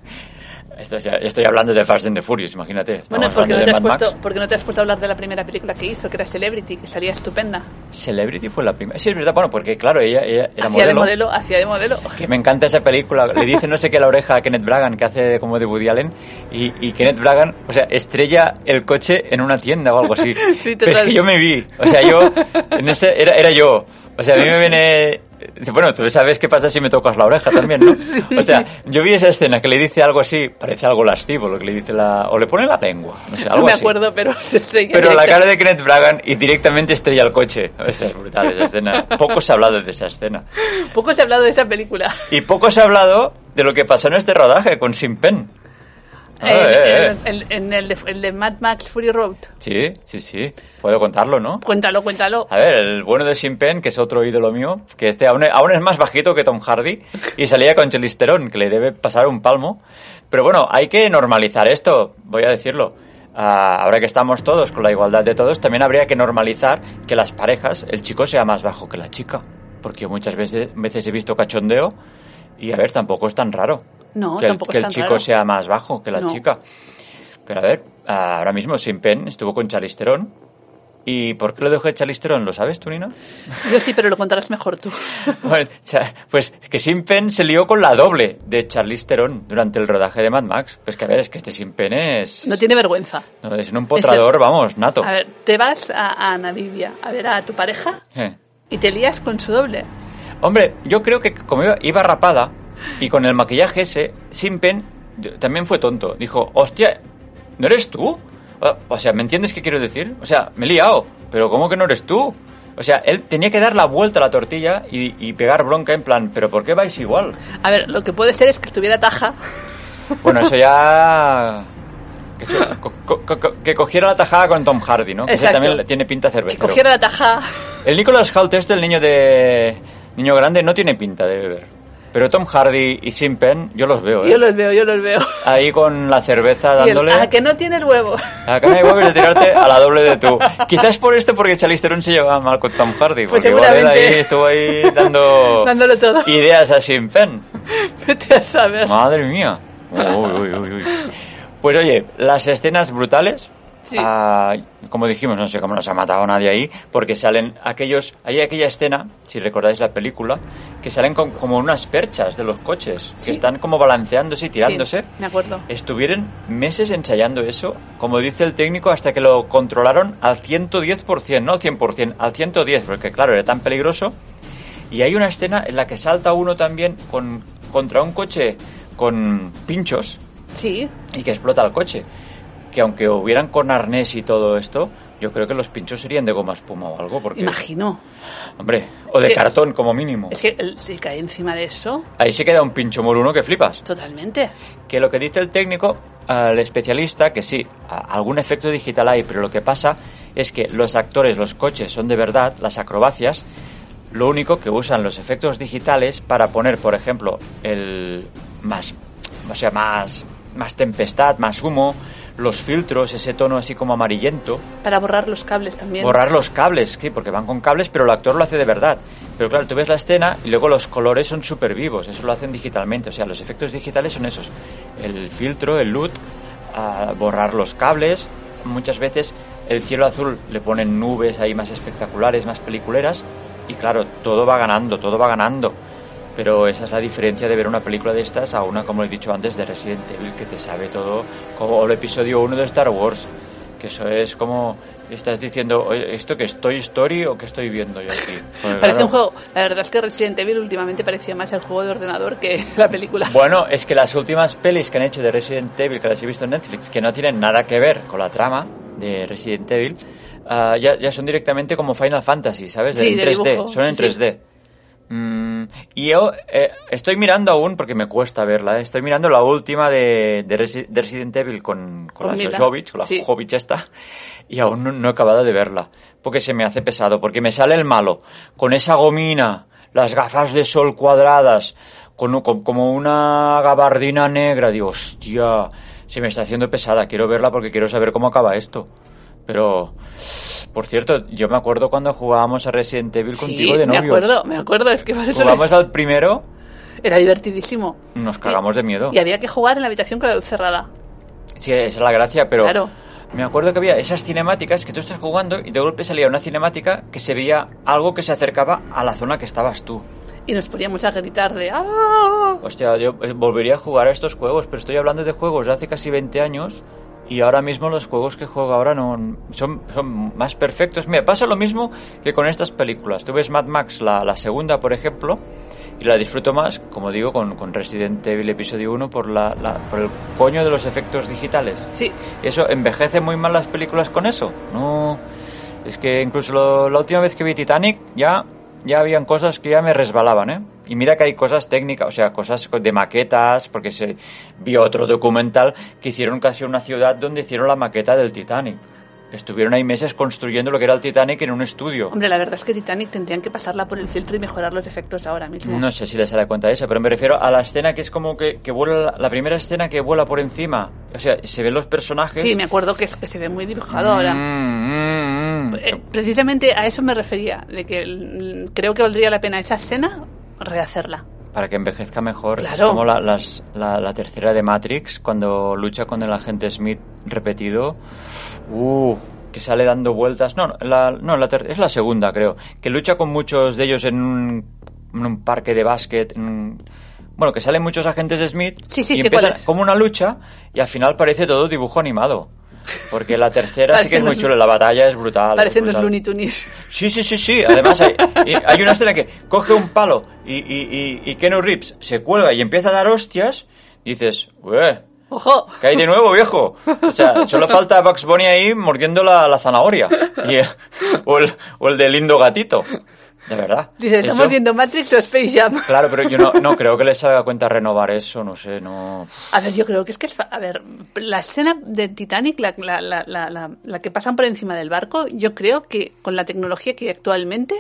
[SPEAKER 5] Esto ya- estoy hablando de Fast and the Furious, imagínate.
[SPEAKER 6] Bueno,
[SPEAKER 5] estamos
[SPEAKER 6] porque no,
[SPEAKER 5] hablando
[SPEAKER 6] te
[SPEAKER 5] de
[SPEAKER 6] has
[SPEAKER 5] Mad Max.
[SPEAKER 6] puesto, porque no te has puesto a hablar de la primera película que hizo, que era Celebrity, que salía estupenda.
[SPEAKER 5] Celebrity fue la primera. Sí, es verdad, bueno, porque claro, ella, ella era
[SPEAKER 6] Hacía de
[SPEAKER 5] modelo.
[SPEAKER 6] modelo, hacía de modelo.
[SPEAKER 5] Que me encanta esa película. Le dice no sé qué a la oreja a Kenneth Bragan, que hace como de Woody Allen. Y, y Kenneth Bragan, o sea, estrella el coche en una tienda o algo
[SPEAKER 6] <laughs>
[SPEAKER 5] así.
[SPEAKER 6] Sí,
[SPEAKER 5] Pero es
[SPEAKER 6] total.
[SPEAKER 5] que yo me vi. O sea, yo. En ese, era, era yo. O sea, a mí me viene. Bueno, tú sabes qué pasa si me tocas la oreja también,
[SPEAKER 6] <laughs>
[SPEAKER 5] ¿no? O sea, yo vi esa escena que le dice algo así, parece algo lastivo lo que le dice la. O le pone la lengua, no sé, algo
[SPEAKER 6] no me
[SPEAKER 5] así.
[SPEAKER 6] acuerdo, pero <laughs> se estrella.
[SPEAKER 5] Pero la
[SPEAKER 6] directa.
[SPEAKER 5] cara de Kenneth Bragan y directamente estrella el coche. O sea, es brutal esa escena. Poco se ha hablado de esa escena.
[SPEAKER 6] Poco se ha hablado de esa película.
[SPEAKER 5] Y poco se ha hablado de lo que pasó en este rodaje con Sin Pen. Ah, <laughs>
[SPEAKER 6] En-
[SPEAKER 5] eh, eh.
[SPEAKER 6] en- en- en el, de, el de Mad Max Fury Road.
[SPEAKER 5] Sí, sí, sí. Puedo contarlo, ¿no?
[SPEAKER 6] Cuéntalo, cuéntalo.
[SPEAKER 5] A ver, el bueno de Sin Pen, que es otro ídolo mío, que este aún es, aún es más bajito que Tom Hardy, y salía con Chelisterón, que le debe pasar un palmo. Pero bueno, hay que normalizar esto, voy a decirlo. Ah, ahora que estamos todos con la igualdad de todos, también habría que normalizar que las parejas, el chico sea más bajo que la chica. Porque muchas veces, veces he visto cachondeo, y a ver, tampoco es tan raro.
[SPEAKER 6] No,
[SPEAKER 5] que el-
[SPEAKER 6] tampoco
[SPEAKER 5] que
[SPEAKER 6] es
[SPEAKER 5] el
[SPEAKER 6] tan
[SPEAKER 5] chico
[SPEAKER 6] raro.
[SPEAKER 5] sea más bajo que la
[SPEAKER 6] No.
[SPEAKER 5] chica. Pero a ver, ahora mismo Sin Pen estuvo con Chalisterón. ¿Y por qué lo dejó de Chalisterón? ¿Lo sabes tú,
[SPEAKER 6] <laughs>
[SPEAKER 5] Nina?
[SPEAKER 6] Yo sí, pero lo contarás mejor tú.
[SPEAKER 5] Bueno, cha- pues que Sin Pen se lió con la doble de Chalisterón durante el rodaje de Mad Max. Pues que a ver, es que este Sin Pen es,
[SPEAKER 6] No tiene vergüenza.
[SPEAKER 5] no, es un empotrador, vamos, nato.
[SPEAKER 6] A ver, te vas a, a Namibia a ver a tu pareja
[SPEAKER 5] Eh.
[SPEAKER 6] y te lías con su doble.
[SPEAKER 5] Hombre, yo creo que como iba, iba rapada y con el maquillaje ese, Sin Pen yo- también fue tonto. Dijo, hostia, ¿no eres tú? O- O sea, ¿me entiendes qué quiero decir? O sea, me he liado, pero ¿cómo que no eres tú? O sea, él tenía que dar la vuelta a la tortilla y, y pegar bronca en plan, ¿pero por qué vais igual?
[SPEAKER 6] A ver, lo que puede ser es que estuviera taja.
[SPEAKER 5] Bueno, eso ya... <laughs> Que, se- co- co- co- que cogiera la tajada con Tom Hardy, ¿no? Que ese
[SPEAKER 6] Exacto.
[SPEAKER 5] también le- tiene pinta
[SPEAKER 6] Que
[SPEAKER 5] cervecero.
[SPEAKER 6] cogiera la taja.
[SPEAKER 5] El Nicolas Hoult este, el niño de niño grande, no tiene pinta de beber. Pero Tom Hardy y Sin Pen, yo los veo, ¿eh?
[SPEAKER 6] Yo los veo, yo los veo.
[SPEAKER 5] Ahí con la cerveza
[SPEAKER 6] Y el,
[SPEAKER 5] dándole...
[SPEAKER 6] a que no tiene el huevo.
[SPEAKER 5] A que no hay huevos de tirarte a la doble de tú. Quizás por esto, porque Chalisterón se llevaba mal con Tom Hardy.
[SPEAKER 6] Pues
[SPEAKER 5] porque igual él
[SPEAKER 6] seguramente.
[SPEAKER 5] ahí estuvo ahí
[SPEAKER 6] <laughs>
[SPEAKER 5] dando...
[SPEAKER 6] Dándolo todo.
[SPEAKER 5] Ideas a Sin Pen.
[SPEAKER 6] Vete a saber.
[SPEAKER 5] Madre mía. Uy, uy, uy, uy. Pues oye, las escenas brutales.
[SPEAKER 6] Sí.
[SPEAKER 5] ah, como dijimos, no sé cómo nos ha matado nadie ahí, porque salen aquellos, hay aquella escena, si recordáis la película, que salen con- como unas perchas de los coches, que
[SPEAKER 6] Sí.
[SPEAKER 5] están como balanceándose y tirándose.
[SPEAKER 6] Sí, me acuerdo.
[SPEAKER 5] Estuvieron meses ensayando eso, como dice el técnico, hasta que lo controlaron al 110%, no al 100%, al 110%, porque claro, era tan peligroso. Y hay una escena en la que salta uno también con, contra un coche con pinchos
[SPEAKER 6] Sí,
[SPEAKER 5] y que explota el coche. Que aunque hubieran con arnés y todo esto, yo creo que los pinchos serían de goma espuma o algo, porque...
[SPEAKER 6] imagino.
[SPEAKER 5] Hombre, o
[SPEAKER 6] Es
[SPEAKER 5] de
[SPEAKER 6] que-
[SPEAKER 5] cartón como mínimo.
[SPEAKER 6] Es que el- si cae encima de eso,
[SPEAKER 5] Ahí se queda un pincho moruno que flipas.
[SPEAKER 6] totalmente.
[SPEAKER 5] que lo que dice el técnico al especialista, que sí, a- algún efecto digital hay, pero lo que pasa es que los actores, los coches son de verdad, las acrobacias, lo único que usan los efectos digitales para poner, por ejemplo, el más, o sea, más, más tempestad, más humo, los filtros, ese tono así como amarillento,
[SPEAKER 6] Para borrar los cables también.
[SPEAKER 5] borrar los cables, sí, porque van con cables, pero el actor lo hace de verdad. Pero claro, tú ves la escena y luego los colores son súper vivos, eso lo hacen digitalmente, o sea, los efectos digitales son esos, el filtro, el LUT, ah, borrar los cables, muchas veces el cielo azul le ponen nubes ahí más espectaculares, más peliculeras, y claro, todo va ganando, todo va ganando. Pero esa es la diferencia de ver una película de estas a una, como he dicho antes, de Resident Evil, que te sabe todo, como o el episodio 1 de Star Wars, que eso es como estás diciendo, "Oye, ¿esto que estoy story o que estoy viendo yo
[SPEAKER 6] <laughs>
[SPEAKER 5] aquí? Porque,
[SPEAKER 6] Parece
[SPEAKER 5] claro,
[SPEAKER 6] un juego. La verdad es que Resident Evil últimamente parecía más el juego de ordenador que <laughs> la película.
[SPEAKER 5] Bueno, es que las últimas pelis que han hecho de Resident Evil, que las he visto en Netflix, que no tienen nada que ver con la trama de Resident Evil, ah, ya, ya son directamente como Final Fantasy, ¿sabes?
[SPEAKER 6] Sí,
[SPEAKER 5] en
[SPEAKER 6] de
[SPEAKER 5] 3D,
[SPEAKER 6] dibujo,
[SPEAKER 5] son en
[SPEAKER 6] sí, sí.
[SPEAKER 5] 3D. Mm, y yo eh, estoy mirando aún, porque me cuesta verla, eh, estoy mirando la última de, de Resi- de Resident Evil con, con,
[SPEAKER 6] Con
[SPEAKER 5] la
[SPEAKER 6] Mila.
[SPEAKER 5] Jovovich, con la
[SPEAKER 6] Sí.
[SPEAKER 5] Jovovich esta, y aún no, no he acabado de verla, porque se me hace pesado, porque me sale el malo, con esa gomina, las gafas de sol cuadradas, con, un- con- como una gabardina negra, digo, hostia, se me está haciendo pesada, quiero verla porque quiero saber cómo acaba esto. Pero, por cierto, yo me acuerdo cuando jugábamos a Resident Evil contigo
[SPEAKER 6] sí,
[SPEAKER 5] de novios.
[SPEAKER 6] me acuerdo, me acuerdo, es que por eso
[SPEAKER 5] Jugamos al primero,
[SPEAKER 6] era divertidísimo.
[SPEAKER 5] nos cagamos de miedo.
[SPEAKER 6] Y había que jugar en la habitación con la luz cerrada.
[SPEAKER 5] Sí, esa es la gracia, pero
[SPEAKER 6] Claro.
[SPEAKER 5] me acuerdo que había esas cinemáticas que tú estás jugando y de golpe salía una cinemática que se veía algo que se acercaba a la zona que estabas tú.
[SPEAKER 6] Y nos poníamos a gritar de ¡Ah!
[SPEAKER 5] Hostia, yo eh, volvería a jugar a estos juegos, pero estoy hablando de juegos de hace casi 20 años y ahora mismo los juegos que juego ahora no son, son más perfectos. Mira, pasa lo mismo que con estas películas. Tú ves Mad Max, la, la segunda, por ejemplo, y la disfruto más, como digo, con, con Resident Evil Episodio 1 por, la, la- por el coño de los efectos digitales.
[SPEAKER 6] Sí,
[SPEAKER 5] Eso envejece muy mal las películas con eso. No, es que incluso lo- la última vez que vi Titanic ya ya habían cosas que ya me resbalaban, ¿eh? Y mira que hay cosas técnicas, o sea, cosas co- de maquetas, porque se vio otro documental que hicieron casi una ciudad donde hicieron la maqueta del Titanic. Estuvieron ahí meses construyendo lo que era el Titanic en un estudio.
[SPEAKER 6] hombre, la verdad es que Titanic tendrían que pasarla por el filtro y mejorar los efectos ahora mismo.
[SPEAKER 5] No sé si les hará cuenta de esa, pero me refiero a la escena que es como que, que vuela, la primera escena que vuela por encima. O sea, se ven los personajes.
[SPEAKER 6] sí, me acuerdo que, es, que se ve muy dibujado ahora.
[SPEAKER 5] Mm, mm, mm.
[SPEAKER 6] Eh, precisamente a eso me refería, de que mm, creo que valdría la pena esa escena rehacerla.
[SPEAKER 5] Para que envejezca mejor.
[SPEAKER 6] Claro.
[SPEAKER 5] Es como la, las- la- la tercera de Matrix, cuando lucha con el agente Smith repetido. Uh, que sale dando vueltas. No, la, no la ter- es la segunda, creo. Que lucha con muchos de ellos en un, en un parque de básquet. en un- bueno, que salen muchos agentes Smith.
[SPEAKER 6] Sí, sí,
[SPEAKER 5] y
[SPEAKER 6] sé
[SPEAKER 5] empiezan
[SPEAKER 6] cuál es.
[SPEAKER 5] como una lucha y al final parece todo dibujo animado. Porque la tercera sí que es
[SPEAKER 6] Parecen
[SPEAKER 5] muy
[SPEAKER 6] los-
[SPEAKER 5] chula, la batalla es brutal.
[SPEAKER 6] Parecen
[SPEAKER 5] es
[SPEAKER 6] los
[SPEAKER 5] brutal.
[SPEAKER 6] Looney Tunes.
[SPEAKER 5] Sí, sí, sí, sí. Además, hay, y- hay una escena que coge un palo y, y, y, y Keanu Reeves se cuelga y empieza a dar hostias. Dices, "Ué,
[SPEAKER 6] ¡Ojo!
[SPEAKER 5] ¿qué hay de nuevo, viejo? O sea, solo falta Bugs Bunny ahí mordiendo la, la zanahoria. Y, eh, o, el, o el del lindo gatito. De verdad.
[SPEAKER 6] Dice,
[SPEAKER 5] Eso-
[SPEAKER 6] ¿estamos viendo Matrix o Space Jam?
[SPEAKER 5] <laughs> Claro, pero yo no, no creo que les haga cuenta renovar eso, no sé, no...
[SPEAKER 6] A ver, yo creo que es que es... fa- A ver, la escena de Titanic, la, la, la, la, la- la que pasan por encima del barco, yo creo que con la tecnología que hay actualmente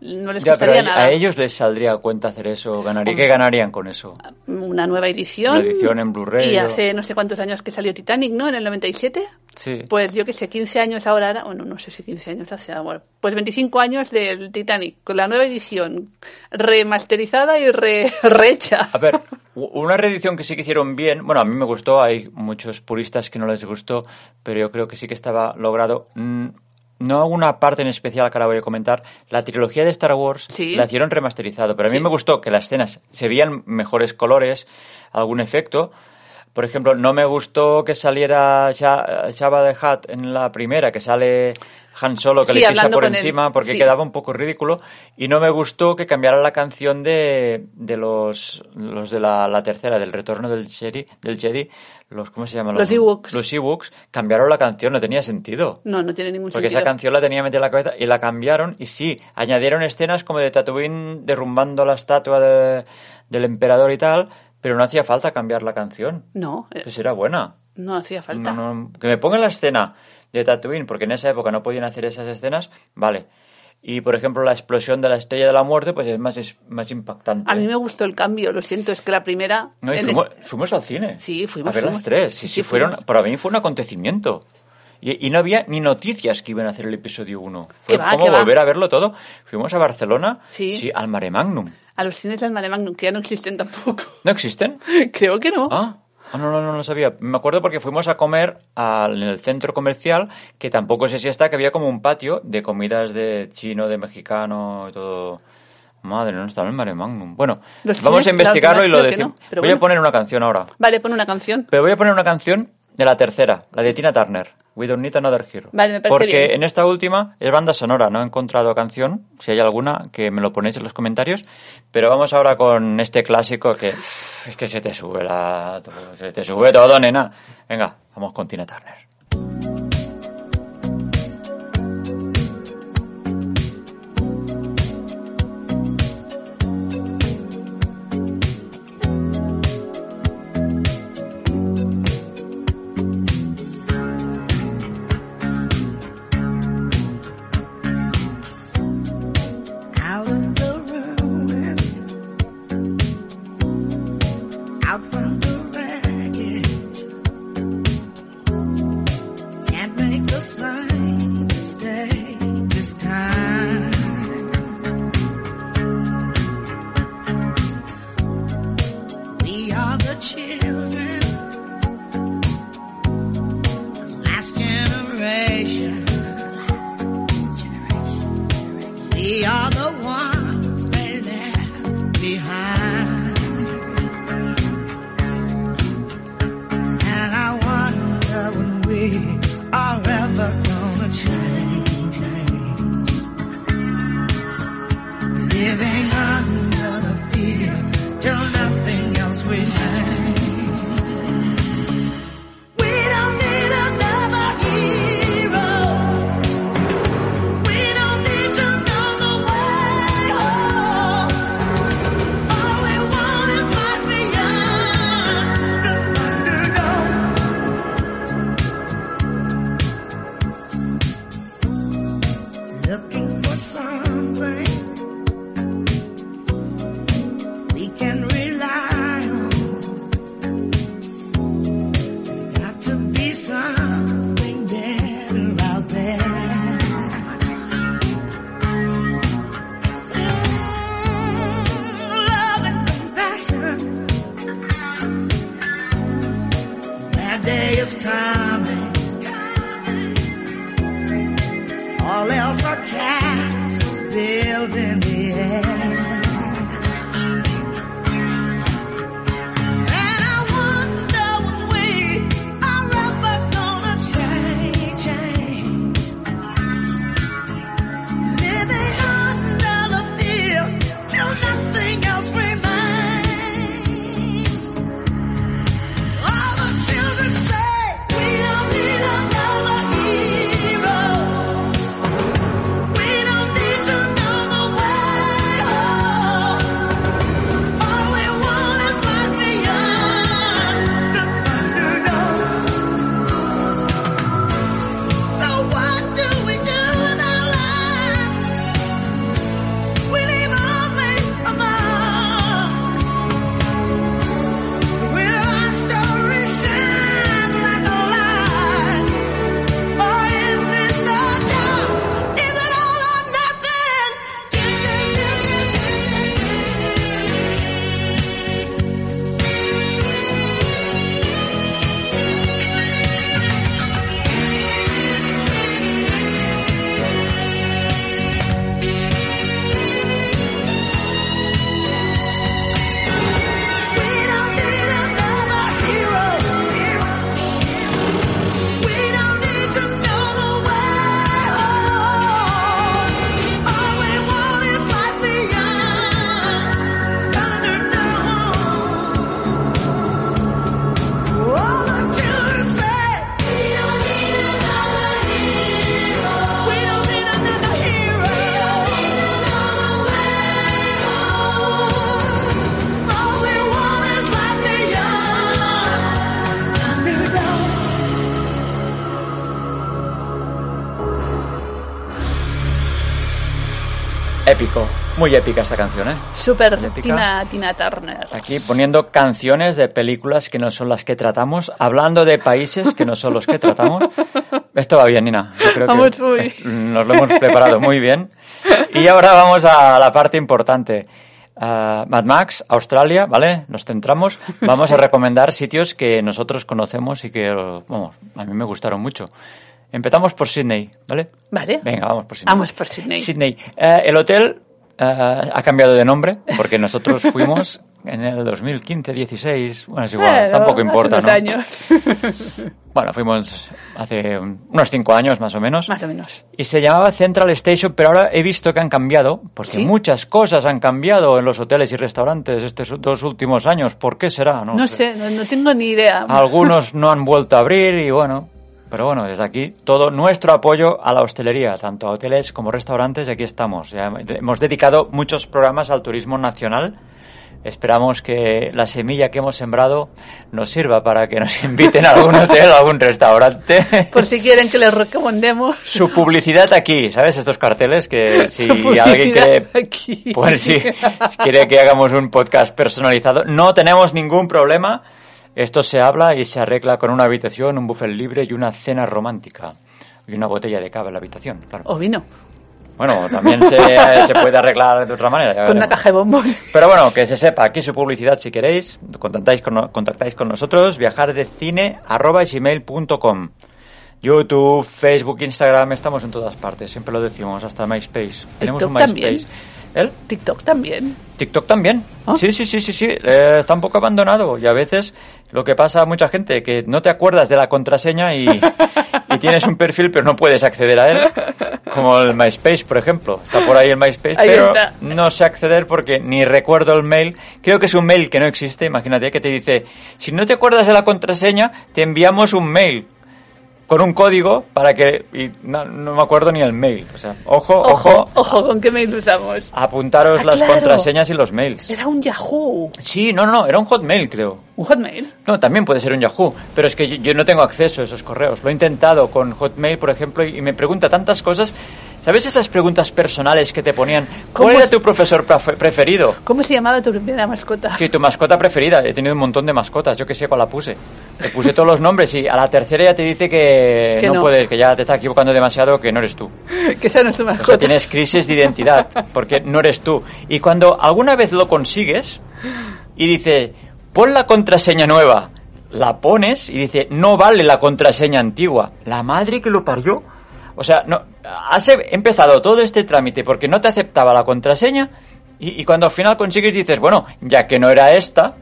[SPEAKER 6] no les
[SPEAKER 5] Ya, pero
[SPEAKER 6] costaría
[SPEAKER 5] a,
[SPEAKER 6] nada.
[SPEAKER 5] a ellos les saldría a cuenta hacer eso, ganaría, ¿qué ganarían con eso?
[SPEAKER 6] Una nueva edición.
[SPEAKER 5] Una edición en Blu-ray
[SPEAKER 6] Y
[SPEAKER 5] o-
[SPEAKER 6] hace no sé cuántos años que salió Titanic, ¿no? En el 97.
[SPEAKER 5] Sí.
[SPEAKER 6] Pues yo que sé, 15 años ahora, era- bueno, no sé si 15 años hace, ah, bueno, pues 25 años del Titanic, con la nueva edición remasterizada y re, <laughs> rehecha.
[SPEAKER 5] A ver, u- una reedición que sí que hicieron bien, bueno, a mí me gustó, hay muchos puristas que no les gustó, pero yo creo que sí que estaba logrado. mm, No alguna parte en especial que ahora voy a comentar. La trilogía de Star Wars
[SPEAKER 6] Sí.
[SPEAKER 5] la hicieron remasterizado, pero a mí
[SPEAKER 6] Sí.
[SPEAKER 5] me gustó que las escenas se veían mejores colores, algún efecto. Por ejemplo, no me gustó que saliera Sha- Jabba de Hutt en la primera, que sale Han Solo que
[SPEAKER 6] Sí,
[SPEAKER 5] le pisa
[SPEAKER 6] hablando
[SPEAKER 5] por
[SPEAKER 6] con él,
[SPEAKER 5] encima, porque
[SPEAKER 6] sí.
[SPEAKER 5] quedaba un poco ridículo y no me gustó que cambiara la canción de, de los, los de la, la tercera, del retorno del Jedi, del Jedi los, ¿cómo se llaman?
[SPEAKER 6] Los Ewoks.
[SPEAKER 5] Los Ewoks, cambiaron la canción, no tenía sentido.
[SPEAKER 6] No, no tiene ningún
[SPEAKER 5] Porque
[SPEAKER 6] sentido.
[SPEAKER 5] esa canción la tenía metida en la cabeza y la cambiaron y sí, añadieron escenas como de Tatooine derrumbando la estatua de- del emperador y tal, pero no hacía falta cambiar la canción.
[SPEAKER 6] No, eh,
[SPEAKER 5] Pues era buena.
[SPEAKER 6] no hacía falta.
[SPEAKER 5] No, no, que me pongan la escena de Tatooine, porque en esa época no podían hacer esas escenas, vale. Y por ejemplo, la explosión de la estrella de la muerte, pues es más, es más impactante.
[SPEAKER 6] A mí me gustó el cambio, lo siento, es que la primera...
[SPEAKER 5] No, y
[SPEAKER 6] en
[SPEAKER 5] fuimos,
[SPEAKER 6] es-
[SPEAKER 5] fuimos al cine.
[SPEAKER 6] Sí, fuimos,
[SPEAKER 5] A ver las
[SPEAKER 6] fuimos.
[SPEAKER 5] tres.
[SPEAKER 6] Sí,
[SPEAKER 5] Sí,
[SPEAKER 6] sí,
[SPEAKER 5] sí, fueron,
[SPEAKER 6] fuimos.
[SPEAKER 5] para mí fue un acontecimiento. Y, y no había ni noticias que iban a hacer el episodio 1. Fue
[SPEAKER 6] Que va,
[SPEAKER 5] como
[SPEAKER 6] que va.
[SPEAKER 5] volver a verlo todo. Fuimos a Barcelona,
[SPEAKER 6] Sí.
[SPEAKER 5] al Mare Magnum.
[SPEAKER 6] A los cines del Mare Magnum, que ya no existen tampoco. <laughs>
[SPEAKER 5] ¿No existen?
[SPEAKER 6] Creo que no.
[SPEAKER 5] Ah, ah, no, no, no, no sabía. Me acuerdo porque fuimos a comer al, en el centro comercial, que tampoco sé si está, que había como un patio de comidas de chino, de mexicano y todo. Madre, no está en el Mare Magnum. Bueno,
[SPEAKER 6] Los
[SPEAKER 5] vamos a
[SPEAKER 6] chinos, la última
[SPEAKER 5] investigarlo y
[SPEAKER 6] vez
[SPEAKER 5] lo
[SPEAKER 6] creo que
[SPEAKER 5] decimos.
[SPEAKER 6] no, pero
[SPEAKER 5] voy
[SPEAKER 6] bueno.
[SPEAKER 5] a poner una canción ahora.
[SPEAKER 6] Vale, pon una canción.
[SPEAKER 5] Pero voy a poner una canción de la tercera, la de Tina Turner. We don't need another hero.
[SPEAKER 6] Vale, me parece
[SPEAKER 5] Porque
[SPEAKER 6] bien.
[SPEAKER 5] en esta última es banda sonora, no he encontrado canción. Si hay alguna, que me lo ponéis en los comentarios. Pero vamos ahora con este clásico que uff, es que se te sube la, se te sube todo, nena. Venga, vamos con Tina Turner.
[SPEAKER 7] We are the ones they left behind. And I wonder when we are ever gonna change. Living under the fear till nothing else remains. We don't need another hero. We don't need to know the way home. All we want is what we are. The underdog. Looking for something we can rely on. There's got to be something better out there. Mm, love and compassion. That day is coming. All else are castles built in the air. And I wonder when we are ever gonna change, change. Living under the fear till nothing else remains. All the children say we don't need another hero. We don't need to know the way home. All we want is what we are, the underdog. So what do we do in our lives? We leave only a mark. Will our story shine like a light, or is this the dawn? Is it all or nothing? We don't need another hero. We don't need to know the way home. All we want is life beyond Thunderdome. All the children say we don't need another hero. We don't need another hero. All we want is life beyond Thunderdome.
[SPEAKER 5] Épico. Muy épica esta canción, ¿eh?
[SPEAKER 6] Súper
[SPEAKER 5] Épica.
[SPEAKER 6] Tina, Tina Turner.
[SPEAKER 5] Aquí poniendo canciones de películas que no son las que tratamos, hablando de países que no son los que
[SPEAKER 6] <laughs>
[SPEAKER 5] tratamos. Esto va bien, Nina. Yo creo que
[SPEAKER 6] Vamos muy bien.
[SPEAKER 5] est- nos lo hemos preparado muy bien. Y ahora vamos a la parte importante. Ah, Mad Max, Australia, ¿vale? Nos centramos. Vamos a recomendar sitios que nosotros conocemos y que, vamos, a mí me gustaron mucho. Empezamos por Sydney, ¿vale?
[SPEAKER 6] Vale.
[SPEAKER 5] Venga, vamos por Sydney.
[SPEAKER 6] Vamos por Sydney.
[SPEAKER 5] Sydney. Eh, el hotel eh, ha cambiado de nombre porque nosotros
[SPEAKER 6] <laughs>
[SPEAKER 5] fuimos en el 2015, 16, bueno, es igual,
[SPEAKER 6] Bueno,
[SPEAKER 5] tampoco
[SPEAKER 6] hace
[SPEAKER 5] importa,
[SPEAKER 6] unos
[SPEAKER 5] ¿no?
[SPEAKER 6] años. <laughs>
[SPEAKER 5] Bueno, fuimos hace un- unos cinco años más o menos.
[SPEAKER 6] Más o menos.
[SPEAKER 5] Y se llamaba Central Station, pero ahora he visto que han cambiado, porque
[SPEAKER 6] ¿Sí?
[SPEAKER 5] muchas cosas han cambiado en los hoteles y restaurantes estos dos últimos años. ¿Por qué será?
[SPEAKER 6] No sé, no, no tengo ni idea.
[SPEAKER 5] Ah, Algunos no han vuelto a abrir y bueno. Pero bueno, desde aquí todo nuestro apoyo a la hostelería, tanto a hoteles como restaurantes, y aquí estamos. Ya hemos dedicado muchos programas al turismo nacional. Esperamos que la semilla que hemos sembrado nos sirva para que nos <laughs> inviten a algún hotel o algún restaurante.
[SPEAKER 6] Por si quieren que les recomendemos.
[SPEAKER 5] <laughs> Su publicidad aquí, ¿sabes? Estos carteles
[SPEAKER 6] <laughs>
[SPEAKER 5] que si
[SPEAKER 6] Su
[SPEAKER 5] alguien quiere
[SPEAKER 6] publicidad aquí.
[SPEAKER 5] pues
[SPEAKER 6] <laughs>
[SPEAKER 5] sí, si quiere que hagamos un podcast personalizado, no tenemos ningún problema. Esto se habla y se arregla con una habitación, un buffet libre y una cena romántica. Y una botella de cava en la habitación, claro.
[SPEAKER 6] O vino.
[SPEAKER 5] Bueno, también
[SPEAKER 6] <laughs>
[SPEAKER 5] se, se puede arreglar de otra manera. ya
[SPEAKER 6] Con una
[SPEAKER 5] veremos.
[SPEAKER 6] caja de bombones.
[SPEAKER 5] Pero bueno, que se sepa, aquí su publicidad si queréis, contactáis con, contactáis con nosotros, viajardecine.com. YouTube, Facebook, Instagram, estamos en todas partes, siempre lo decimos, hasta MySpace. Tenemos un MySpace.
[SPEAKER 6] también.
[SPEAKER 5] ¿El?
[SPEAKER 6] <laughs> TikTok también.
[SPEAKER 5] TikTok también.
[SPEAKER 6] ¿Ah?
[SPEAKER 5] Sí, sí, sí, sí, sí. Eh, está un poco abandonado y a veces lo que pasa a mucha gente que no te acuerdas de la contraseña y, y tienes un perfil pero no puedes acceder a él. Como el MySpace, por ejemplo. Está por ahí el MySpace,
[SPEAKER 6] Ahí
[SPEAKER 5] pero
[SPEAKER 6] está.
[SPEAKER 5] no sé acceder porque ni recuerdo el mail. Creo que es un mail que no existe. Imagínate que te dice, si no te acuerdas de la contraseña, te enviamos un mail con un código para que... Y no, no me acuerdo ni el mail. O sea, ojo, ojo,
[SPEAKER 6] Ojo, ojo con qué mail usamos.
[SPEAKER 5] apuntaros
[SPEAKER 6] Ah,
[SPEAKER 5] las
[SPEAKER 6] claro.
[SPEAKER 5] contraseñas y los mails.
[SPEAKER 6] Era un Yahoo.
[SPEAKER 5] Sí, no, no, era un Hotmail, creo.
[SPEAKER 6] Un Hotmail.
[SPEAKER 5] No, también puede ser un Yahoo, pero es que yo, yo no tengo acceso a esos correos. Lo he intentado con Hotmail, por ejemplo, y, y me pregunta tantas cosas. ¿Sabes esas preguntas personales que te ponían?
[SPEAKER 6] ¿Cómo
[SPEAKER 5] ¿Cuál era
[SPEAKER 6] es-
[SPEAKER 5] tu profesor praf- preferido?
[SPEAKER 6] ¿Cómo se llamaba tu primera mascota?
[SPEAKER 5] Sí, tu mascota preferida. He tenido un montón de mascotas. Yo qué sé cuál la puse. Le puse todos los nombres y a la tercera ya te dice que,
[SPEAKER 6] Que
[SPEAKER 5] no,
[SPEAKER 6] no.
[SPEAKER 5] puedes, que ya te estás equivocando demasiado, que no eres tú.
[SPEAKER 6] <laughs> que esa no es tu
[SPEAKER 5] O
[SPEAKER 6] mascota.
[SPEAKER 5] sea, Pues tienes crisis de identidad porque no eres tú. Y cuando alguna vez lo consigues y dice, pon la contraseña nueva, la pones y dice, no vale la contraseña antigua. La madre que lo parió. O sea, no, has em- empezado todo este trámite porque no te aceptaba la contraseña y, y cuando al final consigues dices, bueno, ya que no era esta,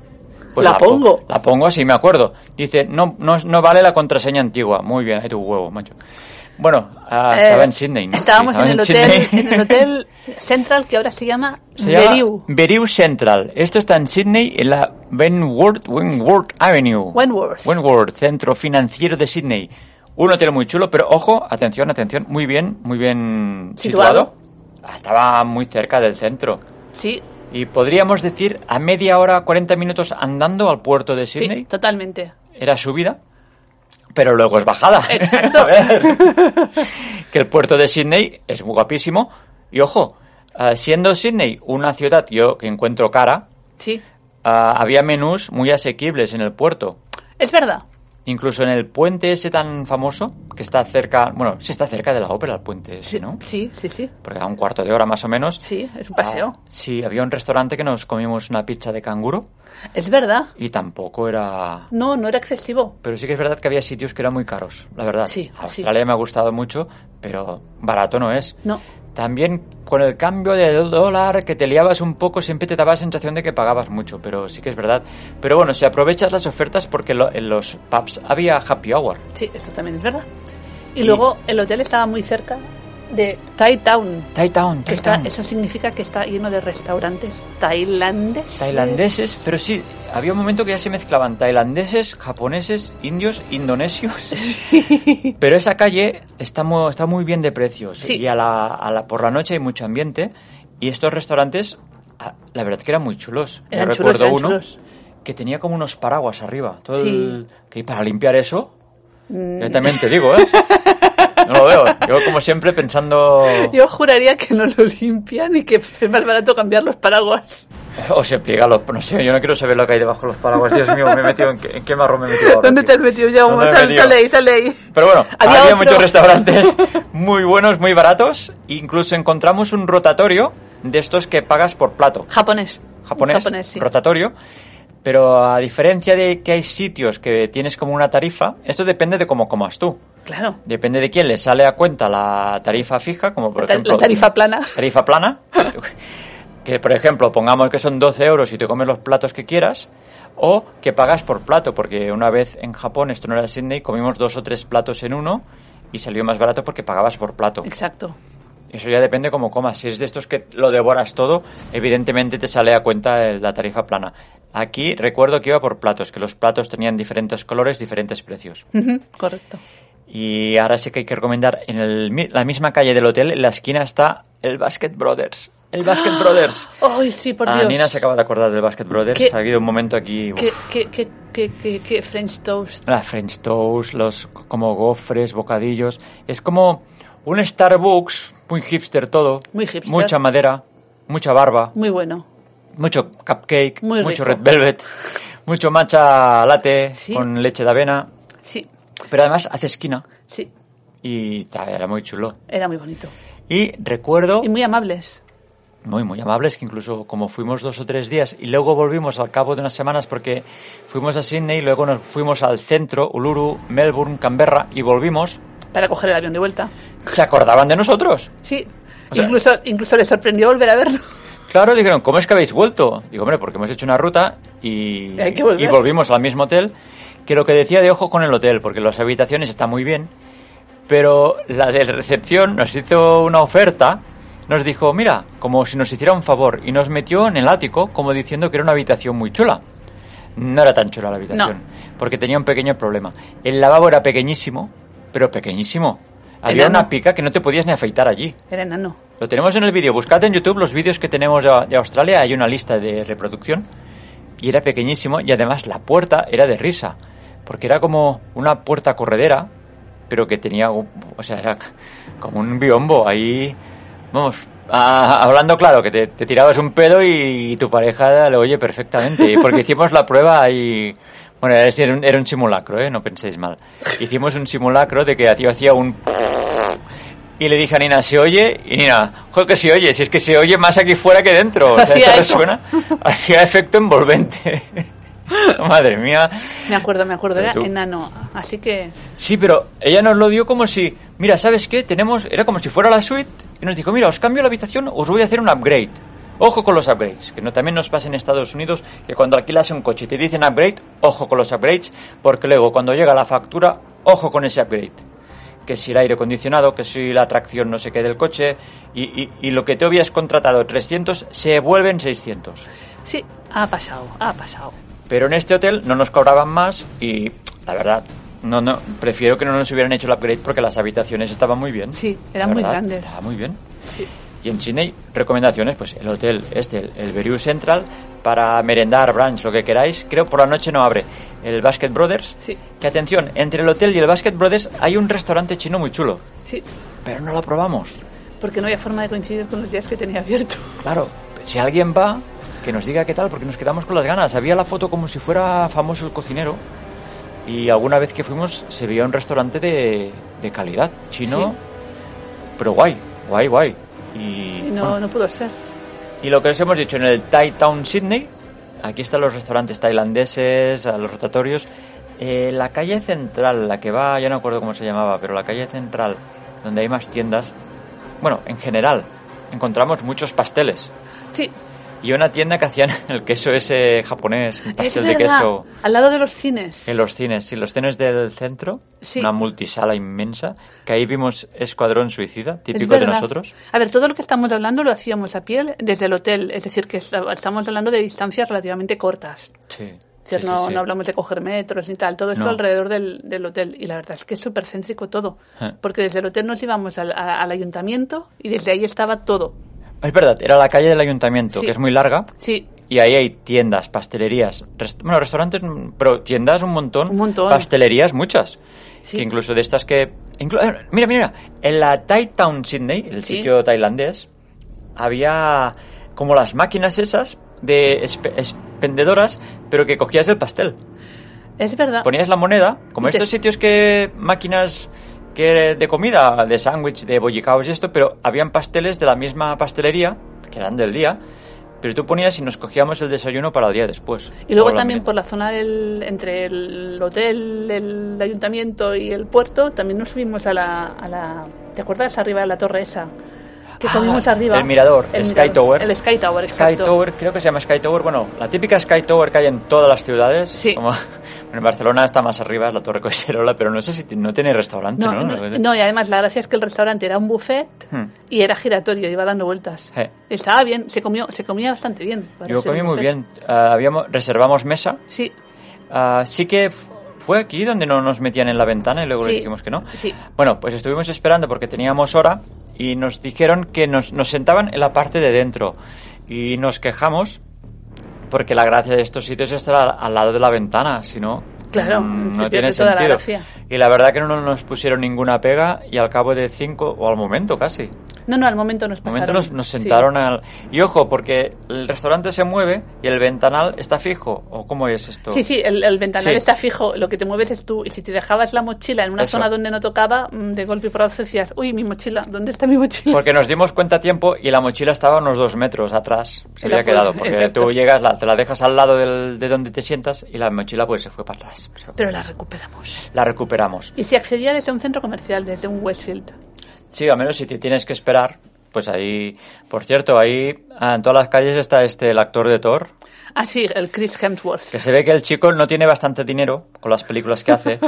[SPEAKER 5] pues
[SPEAKER 6] La
[SPEAKER 5] po-
[SPEAKER 6] pongo.
[SPEAKER 5] La pongo así, me acuerdo. Dice, no, no, no vale la contraseña antigua. Muy bien, ahí tu huevo, macho. Bueno, ah,
[SPEAKER 6] Eh,
[SPEAKER 5] estaba en Sydney, ¿no?
[SPEAKER 6] Estábamos
[SPEAKER 5] Estaba
[SPEAKER 6] en el
[SPEAKER 5] Sydney.
[SPEAKER 6] hotel, en el hotel Central que ahora se llama
[SPEAKER 5] <laughs> Se llama
[SPEAKER 6] Beriu.
[SPEAKER 5] Beriu Central. Esto está en Sydney, en la Wentworth, Wentworth Avenue.
[SPEAKER 6] Wentworth.
[SPEAKER 5] Wentworth, centro financiero de Sydney. Un hotel muy chulo, pero ojo, atención, atención, muy bien, muy bien situado.
[SPEAKER 6] Situado.
[SPEAKER 5] Estaba muy cerca del centro.
[SPEAKER 6] Sí,
[SPEAKER 5] Y podríamos decir a media hora, 40 minutos andando al puerto de Sydney.
[SPEAKER 6] sí, totalmente.
[SPEAKER 5] Era subida, pero luego es bajada. <laughs>
[SPEAKER 6] Exacto.
[SPEAKER 5] A ver, que el puerto de Sydney es muy guapísimo. Y ojo, eh, siendo Sydney una ciudad yo que encuentro cara,
[SPEAKER 6] Sí,
[SPEAKER 5] ah, había menús muy asequibles en el puerto.
[SPEAKER 6] es verdad.
[SPEAKER 5] Incluso en el puente ese tan famoso, que está cerca, bueno, sí está cerca de la ópera el puente ese,
[SPEAKER 6] Sí,
[SPEAKER 5] ¿no?
[SPEAKER 6] sí, sí, sí,
[SPEAKER 5] Porque a un cuarto de hora más o menos.
[SPEAKER 6] sí, es un paseo.
[SPEAKER 5] Ah, sí, había un restaurante que nos comimos una pizza de canguro
[SPEAKER 6] Es verdad.
[SPEAKER 5] y tampoco era
[SPEAKER 6] No, no era excesivo.
[SPEAKER 5] Pero sí que es verdad que había sitios que eran muy caros, la verdad.
[SPEAKER 6] Sí, sí.
[SPEAKER 5] Australia me ha gustado mucho, pero barato no es.
[SPEAKER 6] No.
[SPEAKER 5] También con el cambio de dólar que te liabas un poco, siempre te daba la sensación de que pagabas mucho, pero sí que es verdad. Pero bueno, si aprovechas las ofertas porque lo- en los pubs había happy hour.
[SPEAKER 6] Sí, esto también es verdad. Y,
[SPEAKER 5] Y-
[SPEAKER 6] luego el hotel estaba muy cerca de Thai Town.
[SPEAKER 5] Thai Town,
[SPEAKER 6] Que
[SPEAKER 5] Thai
[SPEAKER 6] está,
[SPEAKER 5] Town.
[SPEAKER 6] eso significa que está lleno de restaurantes tailandeses.
[SPEAKER 5] Tailandeses, pero sí, había un momento que ya se mezclaban tailandeses, japoneses, indios, indonesios.
[SPEAKER 6] <laughs>
[SPEAKER 5] Pero esa calle está muy, está muy bien de precios
[SPEAKER 6] Sí.
[SPEAKER 5] y a la, a la- por la noche hay mucho ambiente y estos restaurantes, ah, la verdad que eran muy chulos.
[SPEAKER 6] Eran
[SPEAKER 5] Yo
[SPEAKER 6] chulos,
[SPEAKER 5] recuerdo
[SPEAKER 6] eran
[SPEAKER 5] uno
[SPEAKER 6] chulos.
[SPEAKER 5] que tenía como unos paraguas arriba, todo
[SPEAKER 6] Sí. Mm.
[SPEAKER 5] el- que para limpiar eso. Yo también te digo,
[SPEAKER 6] <laughs>
[SPEAKER 5] ¿eh? No lo veo. Yo como siempre pensando
[SPEAKER 6] Yo juraría que no lo limpian y que es más barato cambiar los paraguas.
[SPEAKER 5] O se pliega los... No sé, yo no quiero saber lo que hay debajo de los paraguas. Dios mío, me he metido en qué, en qué marrón me he metido ahora,
[SPEAKER 6] ¿Dónde
[SPEAKER 5] tío.
[SPEAKER 6] te has metido, Jaume?
[SPEAKER 5] ¿Dónde me he
[SPEAKER 6] Sal,
[SPEAKER 5] metido?
[SPEAKER 6] sale ahí, sale ahí.
[SPEAKER 5] Pero bueno,
[SPEAKER 6] Había
[SPEAKER 5] había
[SPEAKER 6] otro.
[SPEAKER 5] muchos
[SPEAKER 6] <laughs>
[SPEAKER 5] restaurantes muy buenos, muy baratos. Incluso encontramos un rotatorio de estos que pagas por plato.
[SPEAKER 6] Japonés.
[SPEAKER 5] Japonés,
[SPEAKER 6] sí.
[SPEAKER 5] rotatorio. Pero a diferencia de que hay sitios que tienes como una tarifa, esto depende de cómo comas tú.
[SPEAKER 6] Claro.
[SPEAKER 5] Depende de quién le sale a cuenta la tarifa fija, como por
[SPEAKER 6] La ta-
[SPEAKER 5] ejemplo...
[SPEAKER 6] la tarifa plana.
[SPEAKER 5] Tarifa plana. Que, por ejemplo, pongamos que son 12 euros y te comes los platos que quieras, o que pagas por plato, porque una vez en Japón, esto no era Sydney, comimos dos o tres platos en uno y salió más barato porque pagabas por plato.
[SPEAKER 6] Exacto.
[SPEAKER 5] Eso ya depende cómo comas. Si es de estos que lo devoras todo, evidentemente te sale a cuenta el- la tarifa plana. Aquí recuerdo que iba por platos, que los platos tenían diferentes colores, diferentes precios.
[SPEAKER 6] Ujú, Correcto.
[SPEAKER 5] Y ahora sí que hay que recomendar, en el mi- la misma calle del hotel, en la esquina está el Basket Brothers. El Basket Brothers.
[SPEAKER 6] Ay, sí, Ah, por
[SPEAKER 5] Ah,
[SPEAKER 6] Dios.
[SPEAKER 5] Nina se acaba de acordar del Basket Brothers.
[SPEAKER 6] ¿Qué?
[SPEAKER 5] Ha habido un momento aquí... uf.
[SPEAKER 6] ¿Qué, qué, qué, qué, qué, qué French toast?
[SPEAKER 5] Las French toast, los c- como gofres, bocadillos. Es como un Starbucks, muy hipster todo.
[SPEAKER 6] Muy hipster.
[SPEAKER 5] Mucha madera, mucha barba,
[SPEAKER 6] Muy bueno.
[SPEAKER 5] mucho cupcake,
[SPEAKER 6] Muy
[SPEAKER 5] mucho red
[SPEAKER 6] rico.
[SPEAKER 5] velvet, <laughs> mucho matcha latte
[SPEAKER 6] Sí.
[SPEAKER 5] con leche de avena.
[SPEAKER 6] Sí,
[SPEAKER 5] Pero además hace esquina
[SPEAKER 6] sí.
[SPEAKER 5] y ta, era muy chulo.
[SPEAKER 6] Era muy bonito.
[SPEAKER 5] Y recuerdo...
[SPEAKER 6] Y muy amables.
[SPEAKER 5] Muy, muy amables, que incluso como fuimos dos o tres días y luego volvimos al cabo de unas semanas porque fuimos a Sydney, luego nos fuimos al centro, Uluru, Melbourne, Canberra y volvimos,
[SPEAKER 6] para coger el avión de vuelta.
[SPEAKER 5] ¿Se acordaban de nosotros?
[SPEAKER 6] Sí.
[SPEAKER 5] O sea-
[SPEAKER 6] incluso, incluso le sorprendió volver a verlo.
[SPEAKER 5] Claro, dijeron, ¿cómo es que habéis vuelto? Digo, hombre, porque hemos hecho una ruta y,
[SPEAKER 6] Hay que volver.
[SPEAKER 5] y volvimos al mismo hotel. Que lo que decía de ojo con el hotel, porque las habitaciones están muy bien, pero la de recepción nos hizo una oferta, nos dijo, mira, como si nos hiciera un favor, y nos metió en el ático como diciendo que era una habitación muy chula. No era tan chula la habitación, porque tenía un pequeño problema. El lavabo era pequeñísimo, pero pequeñísimo. Había
[SPEAKER 6] Enano.
[SPEAKER 5] una pica que no te podías ni afeitar allí.
[SPEAKER 6] Era enano.
[SPEAKER 5] Lo tenemos en el vídeo. Buscad en YouTube los vídeos que tenemos de, de Australia. Hay una lista de reproducción. Y era pequeñísimo. Y además la puerta era de risa. Porque era como una puerta corredera. Pero que tenía. un- O sea, era como un biombo. Ahí. Vamos. a- hablando claro, que te, te tirabas un pedo y, tu pareja lo oye perfectamente. Porque hicimos la prueba y. Bueno, era era un, era un simulacro, ¿eh? No penséis mal. Hicimos un simulacro de que yo hacía un y le dije a Nina, ¿se oye? Y Nina, joder que se oye, si es que se oye más aquí fuera que dentro. O sea,
[SPEAKER 6] Hacía
[SPEAKER 5] esto
[SPEAKER 6] eco.
[SPEAKER 5] resuena, hacía efecto envolvente. Madre mía.
[SPEAKER 6] Me acuerdo, me acuerdo.
[SPEAKER 5] Pero
[SPEAKER 6] Era
[SPEAKER 5] tú.
[SPEAKER 6] enano. Así que
[SPEAKER 5] Sí, pero ella nos lo dio como si, mira, ¿sabes qué? Tenemos, era como si fuera la suite y nos dijo, mira, os cambio la habitación, os voy a hacer un upgrade. Ojo con los upgrades, que no también nos pasa en Estados Unidos que cuando alquilas un coche y te dicen upgrade, ojo con los upgrades, porque luego cuando llega la factura, ojo con ese upgrade. Que si el aire acondicionado, que si la tracción no sé qué del coche, y, y- y lo que te habías contratado 300 se vuelven 600.
[SPEAKER 6] sí, ha pasado, ha pasado.
[SPEAKER 5] Pero en este hotel no nos cobraban más y la verdad, no, no, prefiero que no nos hubieran hecho el upgrade porque las habitaciones estaban muy bien.
[SPEAKER 6] Sí, eran
[SPEAKER 5] La
[SPEAKER 6] muy
[SPEAKER 5] verdad,
[SPEAKER 6] grandes.
[SPEAKER 5] Estaba muy bien.
[SPEAKER 6] Sí.
[SPEAKER 5] Y en Sydney, recomendaciones, pues el hotel este, el, el Beriu Central, para merendar, brunch, lo que queráis. Creo por la noche no abre. El Basket Brothers.
[SPEAKER 6] Sí.
[SPEAKER 5] Que atención, entre el hotel y el Basket Brothers hay un restaurante chino muy chulo.
[SPEAKER 6] Sí,
[SPEAKER 5] Pero no lo probamos.
[SPEAKER 6] porque no había forma de coincidir con los días que tenía abierto. <laughs>
[SPEAKER 5] Claro, si alguien va, que nos diga qué tal, porque nos quedamos con las ganas. Había la foto como si fuera famoso el cocinero. Y alguna vez que fuimos se veía un restaurante de, de calidad, chino,
[SPEAKER 6] Sí.
[SPEAKER 5] pero guay, guay, guay. Y,
[SPEAKER 6] Y no,
[SPEAKER 5] bueno,
[SPEAKER 6] no pudo ser.
[SPEAKER 5] y lo que os hemos dicho en el Thai Town Sydney, aquí están los restaurantes tailandeses, a los rotatorios. Eh, la calle central, la que va, ya no acuerdo cómo se llamaba, pero la calle central, donde hay más tiendas, bueno, en general, encontramos muchos pasteles.
[SPEAKER 6] Sí,
[SPEAKER 5] Y una tienda que hacían <laughs> el queso ese japonés, un
[SPEAKER 6] es
[SPEAKER 5] pastel de
[SPEAKER 6] verdad.
[SPEAKER 5] queso
[SPEAKER 6] Al lado de los cines.
[SPEAKER 5] en los cines. Sí, los cines del centro,
[SPEAKER 6] Sí.
[SPEAKER 5] una multisala inmensa, que ahí vimos Escuadrón Suicida,
[SPEAKER 6] Es
[SPEAKER 5] típico de
[SPEAKER 6] verdad.
[SPEAKER 5] nosotros.
[SPEAKER 6] A ver, todo lo que estamos hablando lo hacíamos a piel desde el hotel, es decir, que esta- estamos hablando de distancias relativamente cortas.
[SPEAKER 5] Sí.
[SPEAKER 6] Es
[SPEAKER 5] sí,
[SPEAKER 6] decir, no,
[SPEAKER 5] sí, sí.
[SPEAKER 6] no hablamos de coger metros ni tal, todo esto
[SPEAKER 5] No.
[SPEAKER 6] alrededor del, del hotel. Y la verdad es que es súper céntrico todo,
[SPEAKER 5] Ja.
[SPEAKER 6] porque desde el hotel nos íbamos al, a- al ayuntamiento y desde ahí estaba todo.
[SPEAKER 5] Es verdad, era la calle del ayuntamiento,
[SPEAKER 6] Sí.
[SPEAKER 5] que es muy larga,
[SPEAKER 6] Sí,
[SPEAKER 5] y ahí hay tiendas, pastelerías, rest- bueno, restaurantes, mm, pero tiendas un montón,
[SPEAKER 6] Un montón.
[SPEAKER 5] pastelerías muchas.
[SPEAKER 6] Sí.
[SPEAKER 5] Que incluso de estas que... inclu- eh, mira, mira, en la Thai Town Sydney, el
[SPEAKER 6] Sí.
[SPEAKER 5] sitio tailandés, había como las máquinas esas de espe- expendedoras, pero que cogías el pastel.
[SPEAKER 6] es verdad.
[SPEAKER 5] Ah. Ponías la moneda, como
[SPEAKER 6] Y te-
[SPEAKER 5] estos sitios que máquinas que de comida, de sándwich, de bollicaos y esto, pero habían pasteles de la misma pastelería, que eran del día, pero tú ponías y nos cogíamos el desayuno para el día después.
[SPEAKER 6] Y luego
[SPEAKER 5] O la
[SPEAKER 6] también
[SPEAKER 5] merienda.
[SPEAKER 6] por la zona del, entre el hotel, el ayuntamiento y el puerto, también nos subimos a la, a la- ¿te acuerdas? Arriba de la torre esa, que
[SPEAKER 5] Ah,
[SPEAKER 6] comimos arriba.
[SPEAKER 5] el mirador, el Sky Tower.
[SPEAKER 6] El Sky Tower,
[SPEAKER 5] Sky
[SPEAKER 6] exacto.
[SPEAKER 5] Tower, creo que se llama Sky Tower, bueno, la típica Sky Tower que hay en todas las ciudades.
[SPEAKER 6] Sí.
[SPEAKER 5] como- <laughs> bueno, en Barcelona está más arriba, es la Torre Coiserola, pero no sé si ti- no tiene restaurante,
[SPEAKER 6] No,
[SPEAKER 5] ¿no?
[SPEAKER 6] no, no, y además la gracia es que el restaurante era un buffet
[SPEAKER 5] pues, Hmm.
[SPEAKER 6] y era giratorio, iba dando vueltas.
[SPEAKER 5] Eh.
[SPEAKER 6] Estaba bien, se comió, se comía bastante bien. para
[SPEAKER 5] Yo
[SPEAKER 6] ser un
[SPEAKER 5] comí muy
[SPEAKER 6] buffet.
[SPEAKER 5] bien, Ah, habíamos, reservamos mesa,
[SPEAKER 6] Sí,
[SPEAKER 5] Ah, sí que f- fue aquí donde no nos metían en la ventana y luego le
[SPEAKER 6] Sí,
[SPEAKER 5] dijimos que no.
[SPEAKER 6] sí.
[SPEAKER 5] Bueno, pues estuvimos esperando porque teníamos hora y nos dijeron que nos, nos sentaban en la parte de dentro y nos quejamos porque la gracia de estos sitios es estar al, al lado de la ventana, si no...
[SPEAKER 6] Claro,
[SPEAKER 5] mm,
[SPEAKER 6] se
[SPEAKER 5] no
[SPEAKER 6] pierde
[SPEAKER 5] tiene
[SPEAKER 6] toda la
[SPEAKER 5] sentido.
[SPEAKER 6] gracia.
[SPEAKER 5] y la verdad que no nos pusieron ninguna pega y al cabo de cinco, o al momento casi,
[SPEAKER 6] No, no, al momento nos
[SPEAKER 5] De
[SPEAKER 6] pasaron.
[SPEAKER 5] momento nos, nos
[SPEAKER 6] Sí.
[SPEAKER 5] sentaron al... Y ojo, porque el restaurante se mueve y el ventanal está fijo. ¿O cómo es esto?
[SPEAKER 6] Sí, sí, el, el ventanal
[SPEAKER 5] Sí.
[SPEAKER 6] está fijo, lo que te mueves es tú. Y si te dejabas la mochila en una
[SPEAKER 5] Eso.
[SPEAKER 6] zona donde no tocaba, mm, de golpe y porrazo decías, uy, mi mochila, ¿dónde está mi mochila?
[SPEAKER 5] Porque nos dimos cuenta a tiempo y la mochila estaba unos dos metros atrás. Se
[SPEAKER 6] La
[SPEAKER 5] había
[SPEAKER 6] fue-
[SPEAKER 5] quedado. Porque
[SPEAKER 6] exacto.
[SPEAKER 5] tú llegas, la- te la dejas al lado del- de donde te sientas y la mochila pues se fue para atrás.
[SPEAKER 6] Pero la recuperamos.
[SPEAKER 5] La recuperamos.
[SPEAKER 6] Y si accedía desde un centro comercial, desde un Westfield.
[SPEAKER 5] Sí, a menos si te tienes que esperar. Pues ahí, por cierto, ahí ah, en todas las calles está este el actor de Thor,
[SPEAKER 6] Ah, sí, el Chris Hemsworth.
[SPEAKER 5] que se ve que el chico no tiene bastante dinero con las películas que
[SPEAKER 6] <laughs>
[SPEAKER 5] hace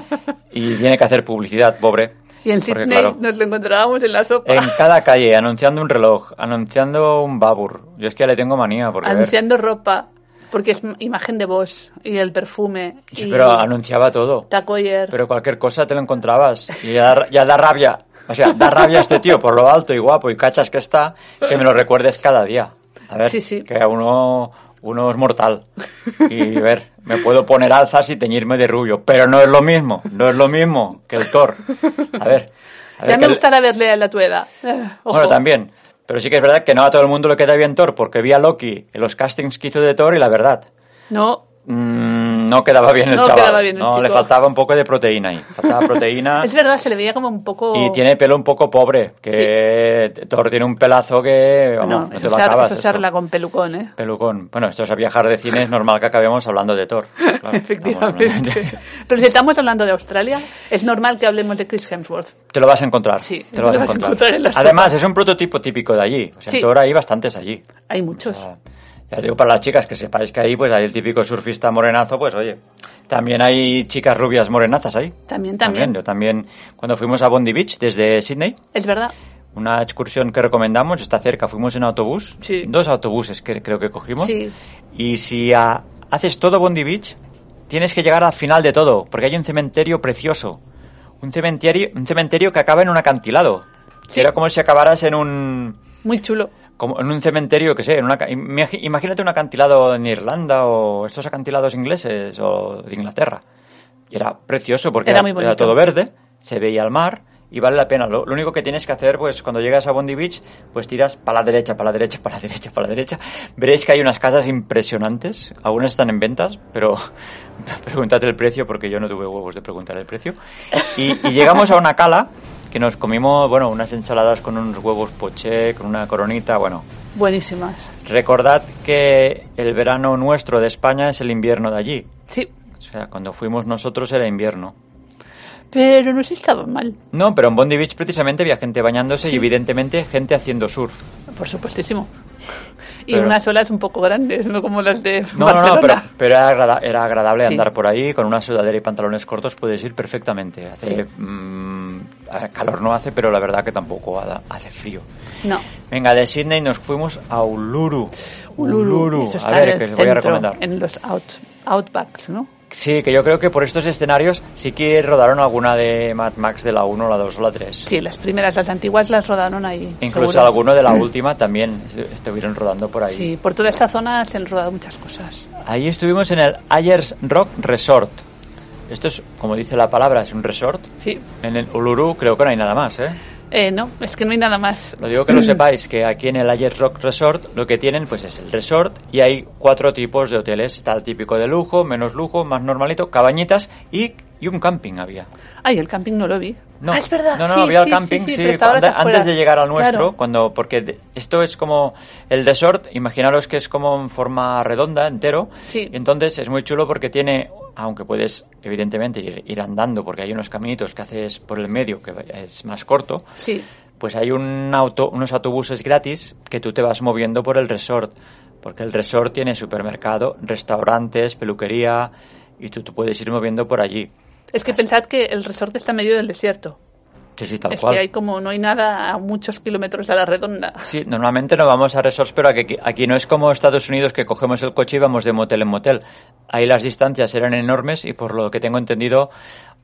[SPEAKER 5] y tiene que hacer publicidad, pobre.
[SPEAKER 6] Y en
[SPEAKER 5] Porque,
[SPEAKER 6] Sydney
[SPEAKER 5] claro,
[SPEAKER 6] nos lo encontrábamos en la sopa,
[SPEAKER 5] En cada calle, anunciando un reloj, anunciando un babur. Yo es que ya le tengo manía, porque... a ver,
[SPEAKER 6] anunciando ropa, porque es m- imagen de vos y el perfume.
[SPEAKER 5] sí,
[SPEAKER 6] y
[SPEAKER 5] pero anunciaba todo.
[SPEAKER 6] Tacoyer.
[SPEAKER 5] Pero cualquier cosa te lo encontrabas. Y ya, da- ya da rabia. O sea, da rabia este tío por lo alto y guapo y cachas que está, que me lo recuerdes cada día. A ver,
[SPEAKER 6] Sí, sí.
[SPEAKER 5] que a uno, uno es mortal. Y a ver, me puedo poner alzas y teñirme de rubio, pero no es lo mismo, no es lo mismo que el Thor. A ver. A ver
[SPEAKER 6] ya
[SPEAKER 5] que
[SPEAKER 6] me
[SPEAKER 5] el-
[SPEAKER 6] gustará verle a la tu edad. Eh, ojo.
[SPEAKER 5] Bueno, también. Pero sí que es verdad que no a todo el mundo le queda bien Thor, porque vi a Loki en los castings que hizo de Thor y la verdad,
[SPEAKER 6] No,
[SPEAKER 5] mm, no quedaba bien el
[SPEAKER 6] No
[SPEAKER 5] chaval.
[SPEAKER 6] quedaba bien el
[SPEAKER 5] no, le
[SPEAKER 6] chico.
[SPEAKER 5] faltaba un poco de proteína ahí. Faltaba proteína.
[SPEAKER 6] <laughs> es verdad, se le veía como un poco...
[SPEAKER 5] Ah. Y tiene pelo un poco pobre, que Thor tiene un pelazo que, vamos, no,
[SPEAKER 6] no,
[SPEAKER 5] te
[SPEAKER 6] eso
[SPEAKER 5] lo
[SPEAKER 6] se ar-
[SPEAKER 5] acabas.
[SPEAKER 6] eso se
[SPEAKER 5] eso.
[SPEAKER 6] arregla con pelucón, ¿eh?
[SPEAKER 5] Pelucón. Bueno, esto es a viajar de cine, es normal que acabemos hablando de
[SPEAKER 6] <laughs>
[SPEAKER 5] Thor. claro. Estamos hablando
[SPEAKER 6] Efectivamente.
[SPEAKER 5] de-
[SPEAKER 6] Pero si estamos hablando de Australia, es normal que hablemos de Chris Hemsworth.
[SPEAKER 5] <laughs> Te lo vas a encontrar.
[SPEAKER 6] Sí,
[SPEAKER 5] te lo vas, a encontrar.
[SPEAKER 6] en la
[SPEAKER 5] Además, es un prototipo típico de allí. O sea,
[SPEAKER 6] Sí. Pues
[SPEAKER 5] Thor hay bastantes allí.
[SPEAKER 6] Hay muchos.
[SPEAKER 5] Ah, Ya digo, para las chicas que sepáis que ahí, pues hay el típico surfista morenazo, pues oye, también hay chicas rubias morenazas ahí.
[SPEAKER 6] También, también.
[SPEAKER 5] Yo también, cuando fuimos a Bondi Beach desde Sydney,
[SPEAKER 6] Es verdad.
[SPEAKER 5] una excursión que recomendamos, está cerca, fuimos en autobús,
[SPEAKER 6] Sí.
[SPEAKER 5] dos autobuses que creo que cogimos.
[SPEAKER 6] Sí.
[SPEAKER 5] Y si ah, haces todo Bondi Beach, tienes que llegar al final de todo, porque hay un cementerio precioso. Un cementerio, un cementerio que acaba en un acantilado.
[SPEAKER 6] Sí.
[SPEAKER 5] Era como si acabaras en un
[SPEAKER 6] Muy chulo.
[SPEAKER 5] como en un cementerio, que sé, en una, ca- imagi- imagínate un acantilado en Irlanda o estos acantilados ingleses o de Inglaterra. Y era precioso porque
[SPEAKER 6] Era
[SPEAKER 5] era,
[SPEAKER 6] muy bonito.
[SPEAKER 5] era todo verde, se veía el mar y vale la pena. Lo, lo único que tienes que hacer, pues cuando llegas a Bondi Beach, pues tiras para la derecha, para la derecha, para la derecha, para la derecha. Veréis que hay unas casas impresionantes, algunas están en ventas, pero <laughs> pregúntate el precio porque yo no tuve huevos de preguntar el precio. Y, y llegamos a una cala que nos comimos, bueno, unas ensaladas con unos huevos poché, con una coronita, bueno,
[SPEAKER 6] Buenísimas.
[SPEAKER 5] Recordad que el verano nuestro de España es el invierno de allí.
[SPEAKER 6] Sí.
[SPEAKER 5] O sea, cuando fuimos nosotros era invierno.
[SPEAKER 6] Pero no se estaba mal.
[SPEAKER 5] No, pero en Bondi Beach precisamente había gente bañándose y evidentemente gente haciendo surf.
[SPEAKER 6] Por supuestísimo. <laughs> Y
[SPEAKER 5] Pero-
[SPEAKER 6] unas olas un poco grandes, no como las de
[SPEAKER 5] No, no,
[SPEAKER 6] Barcelona.
[SPEAKER 5] no, pero, pero era, agrada- era agradable
[SPEAKER 6] Sí.
[SPEAKER 5] andar por ahí con una sudadera y pantalones cortos, puedes ir perfectamente. Hace,
[SPEAKER 6] Sí.
[SPEAKER 5] mm, a- calor no hace, pero la verdad que tampoco ha- hace frío.
[SPEAKER 6] No.
[SPEAKER 5] Venga, de Sydney nos fuimos a Uluru.
[SPEAKER 6] Uluru. Eso está
[SPEAKER 5] a ver,
[SPEAKER 6] en
[SPEAKER 5] que
[SPEAKER 6] el
[SPEAKER 5] os voy a
[SPEAKER 6] centro,
[SPEAKER 5] recomendar.
[SPEAKER 6] En los out- outbacks, ¿no?
[SPEAKER 5] Sí, que yo creo que por estos escenarios sí que rodaron alguna de Mad Max de la 1, la 2 o la 3.
[SPEAKER 6] Sí, las primeras, las antiguas las rodaron ahí.
[SPEAKER 5] Incluso
[SPEAKER 6] seguro.
[SPEAKER 5] alguno de la última también est- estuvieron rodando por ahí.
[SPEAKER 6] Sí, por toda esta zona se han rodado muchas cosas.
[SPEAKER 5] Ahí estuvimos en el Ayers Rock Resort. Esto es, como dice la palabra, es un resort.
[SPEAKER 6] Sí.
[SPEAKER 5] En el Uluru creo que no hay nada más, ¿eh?
[SPEAKER 6] Eh, no, es que no hay nada más.
[SPEAKER 5] Lo digo que lo sepáis, que aquí en el Ayers Rock Resort lo que tienen pues es el resort y hay cuatro tipos de hoteles. Está el típico de lujo, menos lujo, más normalito, cabañitas y, y un camping había.
[SPEAKER 6] <clears throat> Ay, el camping no lo vi.
[SPEAKER 5] No,
[SPEAKER 6] Ah, es verdad.
[SPEAKER 5] No, no,
[SPEAKER 6] sí,
[SPEAKER 5] había el
[SPEAKER 6] sí,
[SPEAKER 5] camping,
[SPEAKER 6] sí,
[SPEAKER 5] sí,
[SPEAKER 6] sí, pero estaba a las
[SPEAKER 5] anda- antes,
[SPEAKER 6] afueras.
[SPEAKER 5] de llegar al nuestro,
[SPEAKER 6] Claro.
[SPEAKER 5] cuando porque de- esto es como el resort, imaginaros que es como en forma redonda, entero.
[SPEAKER 6] Sí.
[SPEAKER 5] Entonces es muy chulo porque tiene, aunque puedes evidentemente ir, ir andando porque hay unos caminitos que haces por el medio que es más corto,
[SPEAKER 6] Sí.
[SPEAKER 5] pues hay un auto, unos autobuses gratis que tú te vas moviendo por el resort, porque el resort tiene supermercado, restaurantes, peluquería y tú te puedes ir moviendo por allí.
[SPEAKER 6] Es que pensad que el resort está en medio del desierto.
[SPEAKER 5] Sí, sí, tal
[SPEAKER 6] es
[SPEAKER 5] cual.
[SPEAKER 6] que hay como no hay nada a muchos kilómetros a la redonda.
[SPEAKER 5] Sí, normalmente no vamos a resorts, pero aquí, aquí no es como Estados Unidos que cogemos el coche y vamos de motel en motel. Ahí las distancias eran enormes y por lo que tengo entendido,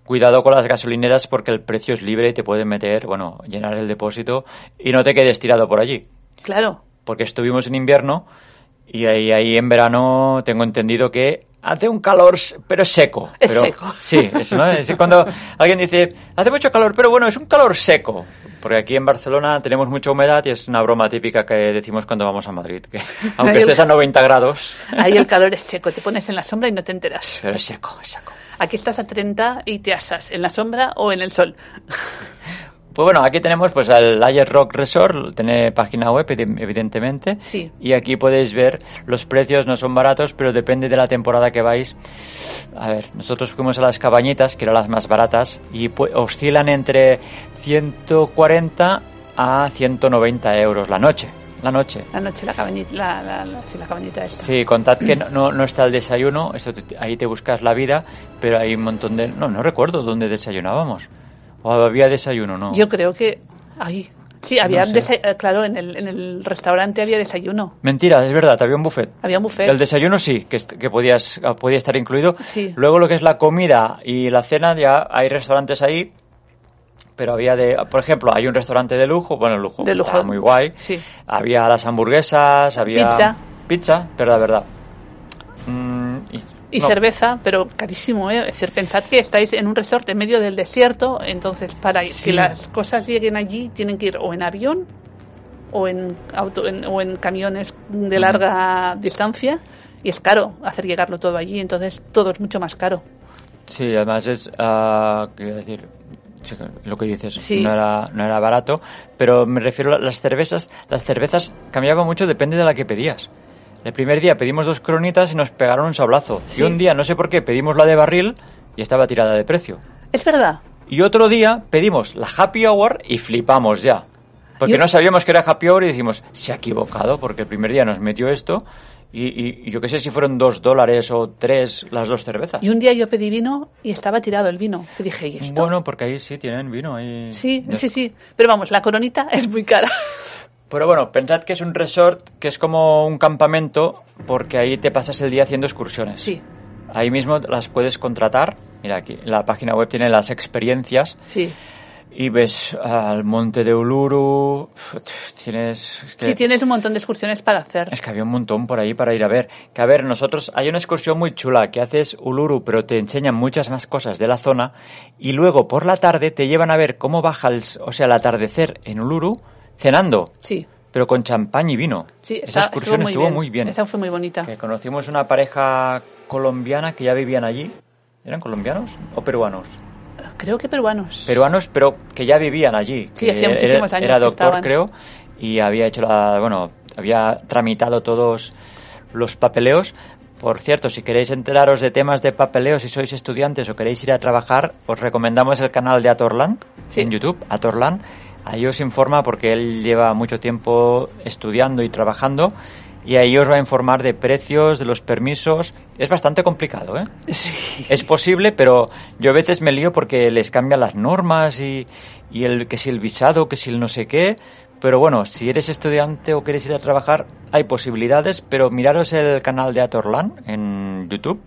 [SPEAKER 5] cuidado con las gasolineras porque el precio es libre y te pueden meter, bueno, llenar el depósito y no te quedes tirado por allí.
[SPEAKER 6] Claro.
[SPEAKER 5] Porque estuvimos en invierno y ahí, ahí en verano tengo entendido que Hace un calor, s- pero seco.
[SPEAKER 6] Es
[SPEAKER 5] pero-
[SPEAKER 6] seco.
[SPEAKER 5] <laughs> Sí, eso, ¿no? Es cuando alguien dice, hace mucho calor, pero bueno, es un calor seco. Porque aquí en Barcelona tenemos mucha humedad y es una broma típica que decimos cuando vamos a Madrid.
[SPEAKER 6] <laughs>
[SPEAKER 5] Que aunque estés a 90 grados,
[SPEAKER 6] Ahí el calor es seco, te pones en la sombra y no te enteras.
[SPEAKER 5] pero es seco, es seco.
[SPEAKER 6] Aquí estás a 30 y te asas, en la sombra o en el sol.
[SPEAKER 5] Pues bueno, aquí tenemos pues al Ayer Rock Resort, tiene página web evi- evidentemente.
[SPEAKER 6] Sí.
[SPEAKER 5] Y aquí podéis ver, los precios no son baratos, pero depende de la temporada que vais. A ver, nosotros fuimos a las cabañitas, que eran las más baratas, y pu- oscilan entre 140 a 190 euros la noche. La noche.
[SPEAKER 6] La noche, la cabañita, la, la, la- sí, la cabañita esta.
[SPEAKER 5] Sí, contad que no, no, no está el desayuno, esto te- ahí te buscas la vida, pero hay un montón de... No, no recuerdo dónde desayunábamos. O había desayuno, ¿no?
[SPEAKER 6] Yo creo que... Ay, sí, había...
[SPEAKER 5] sé.
[SPEAKER 6] desa- eh, Claro, en el, en el restaurante había desayuno.
[SPEAKER 5] Mentira, es verdad, había un buffet.
[SPEAKER 6] Había un buffet.
[SPEAKER 5] El desayuno sí, que, est- que podías, ah, podía estar incluido.
[SPEAKER 6] Sí.
[SPEAKER 5] Luego lo que es la comida y la cena, ya hay restaurantes ahí, pero había de... Por ejemplo, hay un restaurante de lujo, bueno, lujo,
[SPEAKER 6] De lujo.
[SPEAKER 5] estaba muy guay.
[SPEAKER 6] Sí.
[SPEAKER 5] Había las hamburguesas, había...
[SPEAKER 6] Pizza.
[SPEAKER 5] Pizza, pero la verdad. Mm, y
[SPEAKER 6] Y
[SPEAKER 5] no,
[SPEAKER 6] cerveza, pero carísimo, ¿eh? Es decir, pensad que estáis en un resort en medio del desierto, entonces para
[SPEAKER 5] Sí.
[SPEAKER 6] que las cosas lleguen allí tienen que ir o en avión o en, auto, en- o en camiones de larga distancia y es caro hacer llegarlo todo allí, entonces todo es mucho más caro.
[SPEAKER 5] Sí, además es, ah, quería decir, sí, lo que dices,
[SPEAKER 6] Sí.
[SPEAKER 5] no, era, no era barato, pero me refiero a las cervezas, las cervezas cambiaban mucho, depende de la que pedías. El primer día pedimos dos cronitas y nos pegaron un sablazo.
[SPEAKER 6] Sí.
[SPEAKER 5] Y un día, no sé por qué, pedimos la de barril y estaba tirada de precio.
[SPEAKER 6] Es verdad.
[SPEAKER 5] Y otro día pedimos la happy hour y flipamos ya. Porque
[SPEAKER 6] Yo-
[SPEAKER 5] no sabíamos que era happy hour y decimos, se ha equivocado, porque el primer día nos metió esto. Y, y- y yo qué sé si fueron dos dólares o tres las dos cervezas.
[SPEAKER 6] Y un día yo pedí vino y estaba tirado el vino. Y dije, ¿y esto?
[SPEAKER 5] Bueno, porque ahí sí tienen vino. Ahí...
[SPEAKER 6] sí, sí, sí. Pero vamos, la coronita <laughs> es muy cara.
[SPEAKER 5] <laughs> Pero bueno, pensad que es un resort que es como un campamento porque ahí te pasas el día haciendo excursiones.
[SPEAKER 6] Sí,
[SPEAKER 5] Ahí mismo las puedes contratar. Mira aquí, la página web tiene las experiencias
[SPEAKER 6] sí.
[SPEAKER 5] y ves al monte de Uluru. Tienes. es que-
[SPEAKER 6] Sí, tienes un montón de excursiones para hacer.
[SPEAKER 5] Es que había un montón por ahí para ir a ver. Que a ver, nosotros hay una excursión muy chula que haces Uluru, pero te enseñan muchas más cosas de la zona y luego por la tarde te llevan a ver cómo baja el, s- o sea, el atardecer en Uluru cenando,
[SPEAKER 6] Sí.
[SPEAKER 5] pero con champán y vino.
[SPEAKER 6] Sí,
[SPEAKER 5] Esa
[SPEAKER 6] estaba-
[SPEAKER 5] excursión estuvo muy bien.
[SPEAKER 6] Esa fue muy bonita.
[SPEAKER 5] Que conocimos una pareja colombiana que ya vivían allí. ¿Eran colombianos o peruanos?
[SPEAKER 6] Creo que peruanos.
[SPEAKER 5] peruanos, pero que ya vivían allí.
[SPEAKER 6] Sí,
[SPEAKER 5] que
[SPEAKER 6] hacía
[SPEAKER 5] era-
[SPEAKER 6] muchísimos años
[SPEAKER 5] Era
[SPEAKER 6] que
[SPEAKER 5] doctor,
[SPEAKER 6] estaban.
[SPEAKER 5] creo, y había hecho la. Bueno, había tramitado todos los papeleos. Por cierto, si queréis enteraros de temas de papeleo, si sois estudiantes o queréis ir a trabajar, os recomendamos el canal de Atorland
[SPEAKER 6] Sí.
[SPEAKER 5] en YouTube, Atorland. Ahí os informa porque él lleva mucho tiempo estudiando y trabajando y ahí os va a informar de precios, de los permisos. Es bastante complicado, ¿eh?
[SPEAKER 6] Sí.
[SPEAKER 5] <laughs> Es posible, pero yo a veces me lío porque les cambian las normas y, y el que si el visado, que si el no sé qué. Pero bueno, si eres estudiante o quieres ir a trabajar, hay posibilidades, pero miraros el canal de Atorlan en YouTube,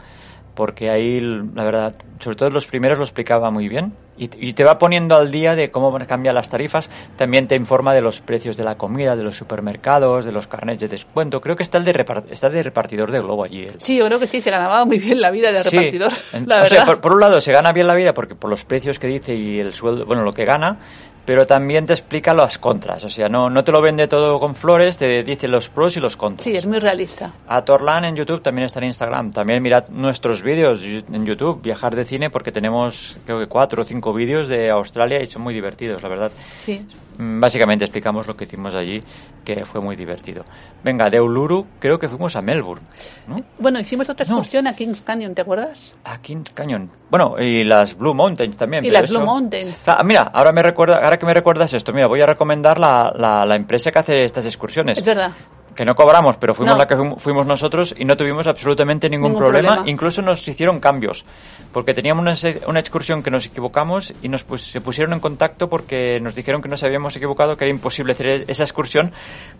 [SPEAKER 5] porque ahí, la verdad, sobre todo los primeros lo explicaba muy bien. Y, y te va poniendo al día de cómo van a cambiar las tarifas. También te informa de los precios de la comida, de los supermercados, de los carnets de descuento. Creo que está el de, repar- está de repartidor de globo allí. el-
[SPEAKER 6] Sí, yo creo que sí, se ganaba muy bien la vida de
[SPEAKER 5] Sí.
[SPEAKER 6] repartidor,
[SPEAKER 5] En-
[SPEAKER 6] <laughs> la
[SPEAKER 5] o sea,
[SPEAKER 6] verdad.
[SPEAKER 5] por, por un lado se gana bien la vida porque por los precios que dice y el sueldo, bueno, lo que gana, pero también te explica las contras. O sea, no, no te lo vende todo con flores, te dice los pros y los contras.
[SPEAKER 6] Sí, es muy realista.
[SPEAKER 5] A Torlan en YouTube también está en Instagram. También mirad nuestros vídeos yu- en YouTube, Viajar de Cine, porque tenemos creo que cuatro o cinco vídeos de Australia y son muy divertidos, la verdad.
[SPEAKER 6] Sí.
[SPEAKER 5] Mm, Básicamente explicamos lo que hicimos allí, que fue muy divertido. Venga, de Uluru creo que fuimos a Melbourne, ¿no?
[SPEAKER 6] Bueno, hicimos otra
[SPEAKER 5] No.
[SPEAKER 6] excursión a Kings Canyon, ¿te acuerdas?
[SPEAKER 5] A King Canyon. Bueno, y las Blue Mountains también.
[SPEAKER 6] Y
[SPEAKER 5] pero
[SPEAKER 6] las Blue Mountains.
[SPEAKER 5] Ah, mira, ahora, me recuerda, ahora que me recuerdas esto, mira, voy a recomendar la, la, la empresa que hace estas excursiones.
[SPEAKER 6] Es verdad.
[SPEAKER 5] Que no cobramos, pero fuimos
[SPEAKER 6] No.
[SPEAKER 5] la que fuim- fuimos nosotros y no tuvimos absolutamente ningún,
[SPEAKER 6] Ningún
[SPEAKER 5] problema.
[SPEAKER 6] problema.
[SPEAKER 5] Incluso nos hicieron cambios. Porque teníamos una, se- una excursión que nos equivocamos y nos pus- se pusieron en contacto porque nos dijeron que nos habíamos equivocado, que era imposible hacer e- esa excursión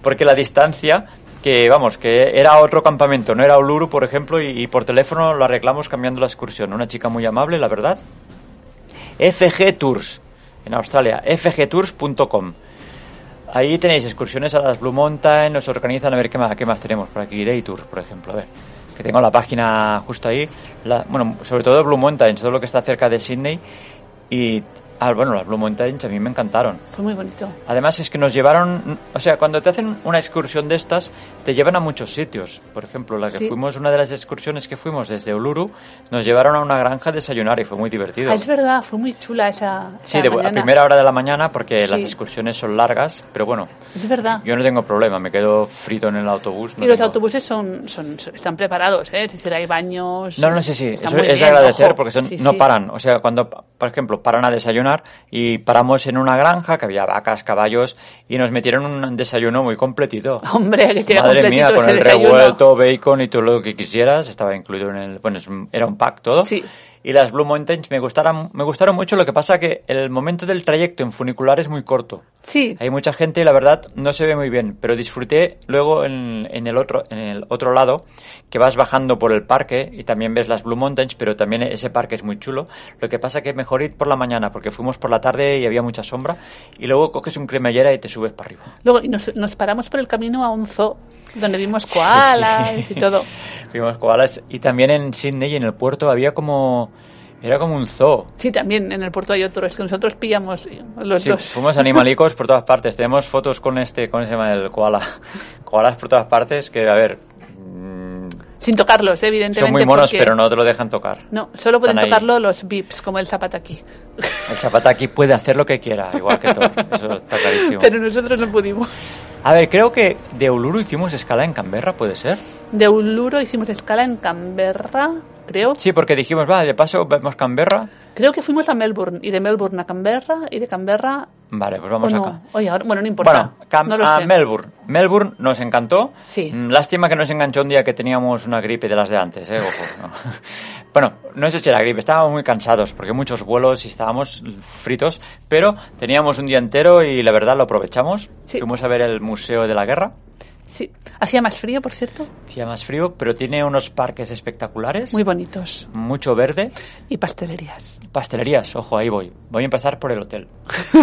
[SPEAKER 5] porque la distancia, que vamos, que era otro campamento, no era Uluru, por ejemplo, y, y por teléfono lo arreglamos cambiando la excursión. Una chica muy amable, la verdad. FG Tours, en Australia, fgtours.com. Ahí tenéis excursiones a las Blue Mountain, nos organizan a ver qué más, qué más tenemos por aquí, Day Tour, por ejemplo, a ver. que tengo la página justo ahí, la- bueno, sobre todo Blue Mountains, todo lo que está cerca de Sydney y, ah, bueno, las Blue Mountains a mí me encantaron.
[SPEAKER 6] Fue muy bonito.
[SPEAKER 5] Además es que nos llevaron, o sea, cuando te hacen una excursión de estas, te llevan a muchos sitios. Por ejemplo, la que
[SPEAKER 6] Sí.
[SPEAKER 5] fuimos, una de las excursiones que fuimos desde Uluru, nos llevaron a una granja a desayunar y fue muy divertido.
[SPEAKER 6] Ah, es verdad, fue muy chula esa.
[SPEAKER 5] Sí,
[SPEAKER 6] esa
[SPEAKER 5] de, a
[SPEAKER 6] mañana.
[SPEAKER 5] primera hora de la mañana porque
[SPEAKER 6] Sí.
[SPEAKER 5] las excursiones son largas, pero bueno,
[SPEAKER 6] Es verdad.
[SPEAKER 5] yo no tengo problema, me quedo frito en el autobús. no
[SPEAKER 6] y los
[SPEAKER 5] tengo-
[SPEAKER 6] autobuses son, son, son- están preparados, ¿eh? Es decir, hay baños.
[SPEAKER 5] No, no sé si
[SPEAKER 6] Está
[SPEAKER 5] eso
[SPEAKER 6] muy
[SPEAKER 5] es de
[SPEAKER 6] bien,
[SPEAKER 5] agradecer
[SPEAKER 6] ojo.
[SPEAKER 5] porque son-
[SPEAKER 6] Sí,
[SPEAKER 5] no
[SPEAKER 6] sí.
[SPEAKER 5] paran. O sea, cuando, por ejemplo, paran a desayunar y paramos en una granja que había vacas, caballos y nos metieron un desayuno muy
[SPEAKER 6] <laughs>
[SPEAKER 5] completito.
[SPEAKER 6] Hombre, que queda
[SPEAKER 5] Madre
[SPEAKER 6] completito
[SPEAKER 5] mía, con
[SPEAKER 6] ese
[SPEAKER 5] el
[SPEAKER 6] desayuno.
[SPEAKER 5] revuelto, bacon y todo lo que quisieras, estaba incluido en el... Bueno, es un- era un pack todo.
[SPEAKER 6] Sí.
[SPEAKER 5] Y las Blue Mountains me gustaron, me gustaron mucho, lo que pasa que el momento del trayecto en funicular es muy corto.
[SPEAKER 6] Sí,
[SPEAKER 5] Hay mucha gente y la verdad no se ve muy bien, pero disfruté luego en, en el otro en el otro lado que vas bajando por el parque y también ves las Blue Mountains, pero también ese parque es muy chulo. Lo que pasa que es mejor ir por la mañana porque fuimos por la tarde y había mucha sombra y luego coges un cremallera y te subes para arriba.
[SPEAKER 6] luego y nos, nos paramos por el camino a un zoo donde vimos
[SPEAKER 5] <laughs>
[SPEAKER 6] koalas y todo.
[SPEAKER 5] Vimos koalas y también en Sydney en el puerto había como era como un zoo.
[SPEAKER 6] Sí, también en el puerto hay otro. Es que nosotros pillamos los
[SPEAKER 5] Sí,
[SPEAKER 6] dos.
[SPEAKER 5] fuimos animalicos por todas partes. Tenemos fotos con este con ese tema del koala. Koalas por todas partes que a ver, mm,
[SPEAKER 6] Sin tocarlos, eh, evidentemente.
[SPEAKER 5] Son muy monos,
[SPEAKER 6] porque-
[SPEAKER 5] pero no te lo dejan tocar.
[SPEAKER 6] No, solo pueden
[SPEAKER 5] Están ahí.
[SPEAKER 6] tocarlo los VIPs, como el zapata aquí. <laughs>
[SPEAKER 5] El Zapataki puede hacer lo que quiera, igual que Thor. Eso está clarísimo.
[SPEAKER 6] Pero nosotros no pudimos.
[SPEAKER 5] A ver, creo que de Uluru hicimos escala en Canberra, ¿puede ser?
[SPEAKER 6] De Uluru hicimos escala en Canberra, creo.
[SPEAKER 5] Sí, porque dijimos, va, de paso vemos Canberra.
[SPEAKER 6] Creo que fuimos a Melbourne y de Melbourne a Canberra y de Canberra
[SPEAKER 5] Vale, pues vamos
[SPEAKER 6] o no.
[SPEAKER 5] acá.
[SPEAKER 6] Oye, ahora, bueno, no importa.
[SPEAKER 5] Bueno, Cam-
[SPEAKER 6] no lo
[SPEAKER 5] a
[SPEAKER 6] sé.
[SPEAKER 5] Melbourne. Melbourne nos encantó.
[SPEAKER 6] Sí.
[SPEAKER 5] Mm, Lástima que nos enganchó un día que teníamos una gripe de las de antes, ¿eh? Ojo, ¿no? <laughs> bueno, no sé si era gripe, estábamos muy cansados porque muchos vuelos y estábamos fritos, pero teníamos un día entero y la verdad lo aprovechamos.
[SPEAKER 6] Sí.
[SPEAKER 5] Fuimos a ver el Museo de la Guerra.
[SPEAKER 6] Sí. Hacía más frío, por cierto.
[SPEAKER 5] Hacía más frío, pero tiene unos parques espectaculares.
[SPEAKER 6] Muy bonitos.
[SPEAKER 5] mucho verde.
[SPEAKER 6] Y pastelerías.
[SPEAKER 5] Pastelerías, ojo, ahí voy. Voy a empezar por el hotel.
[SPEAKER 6] Es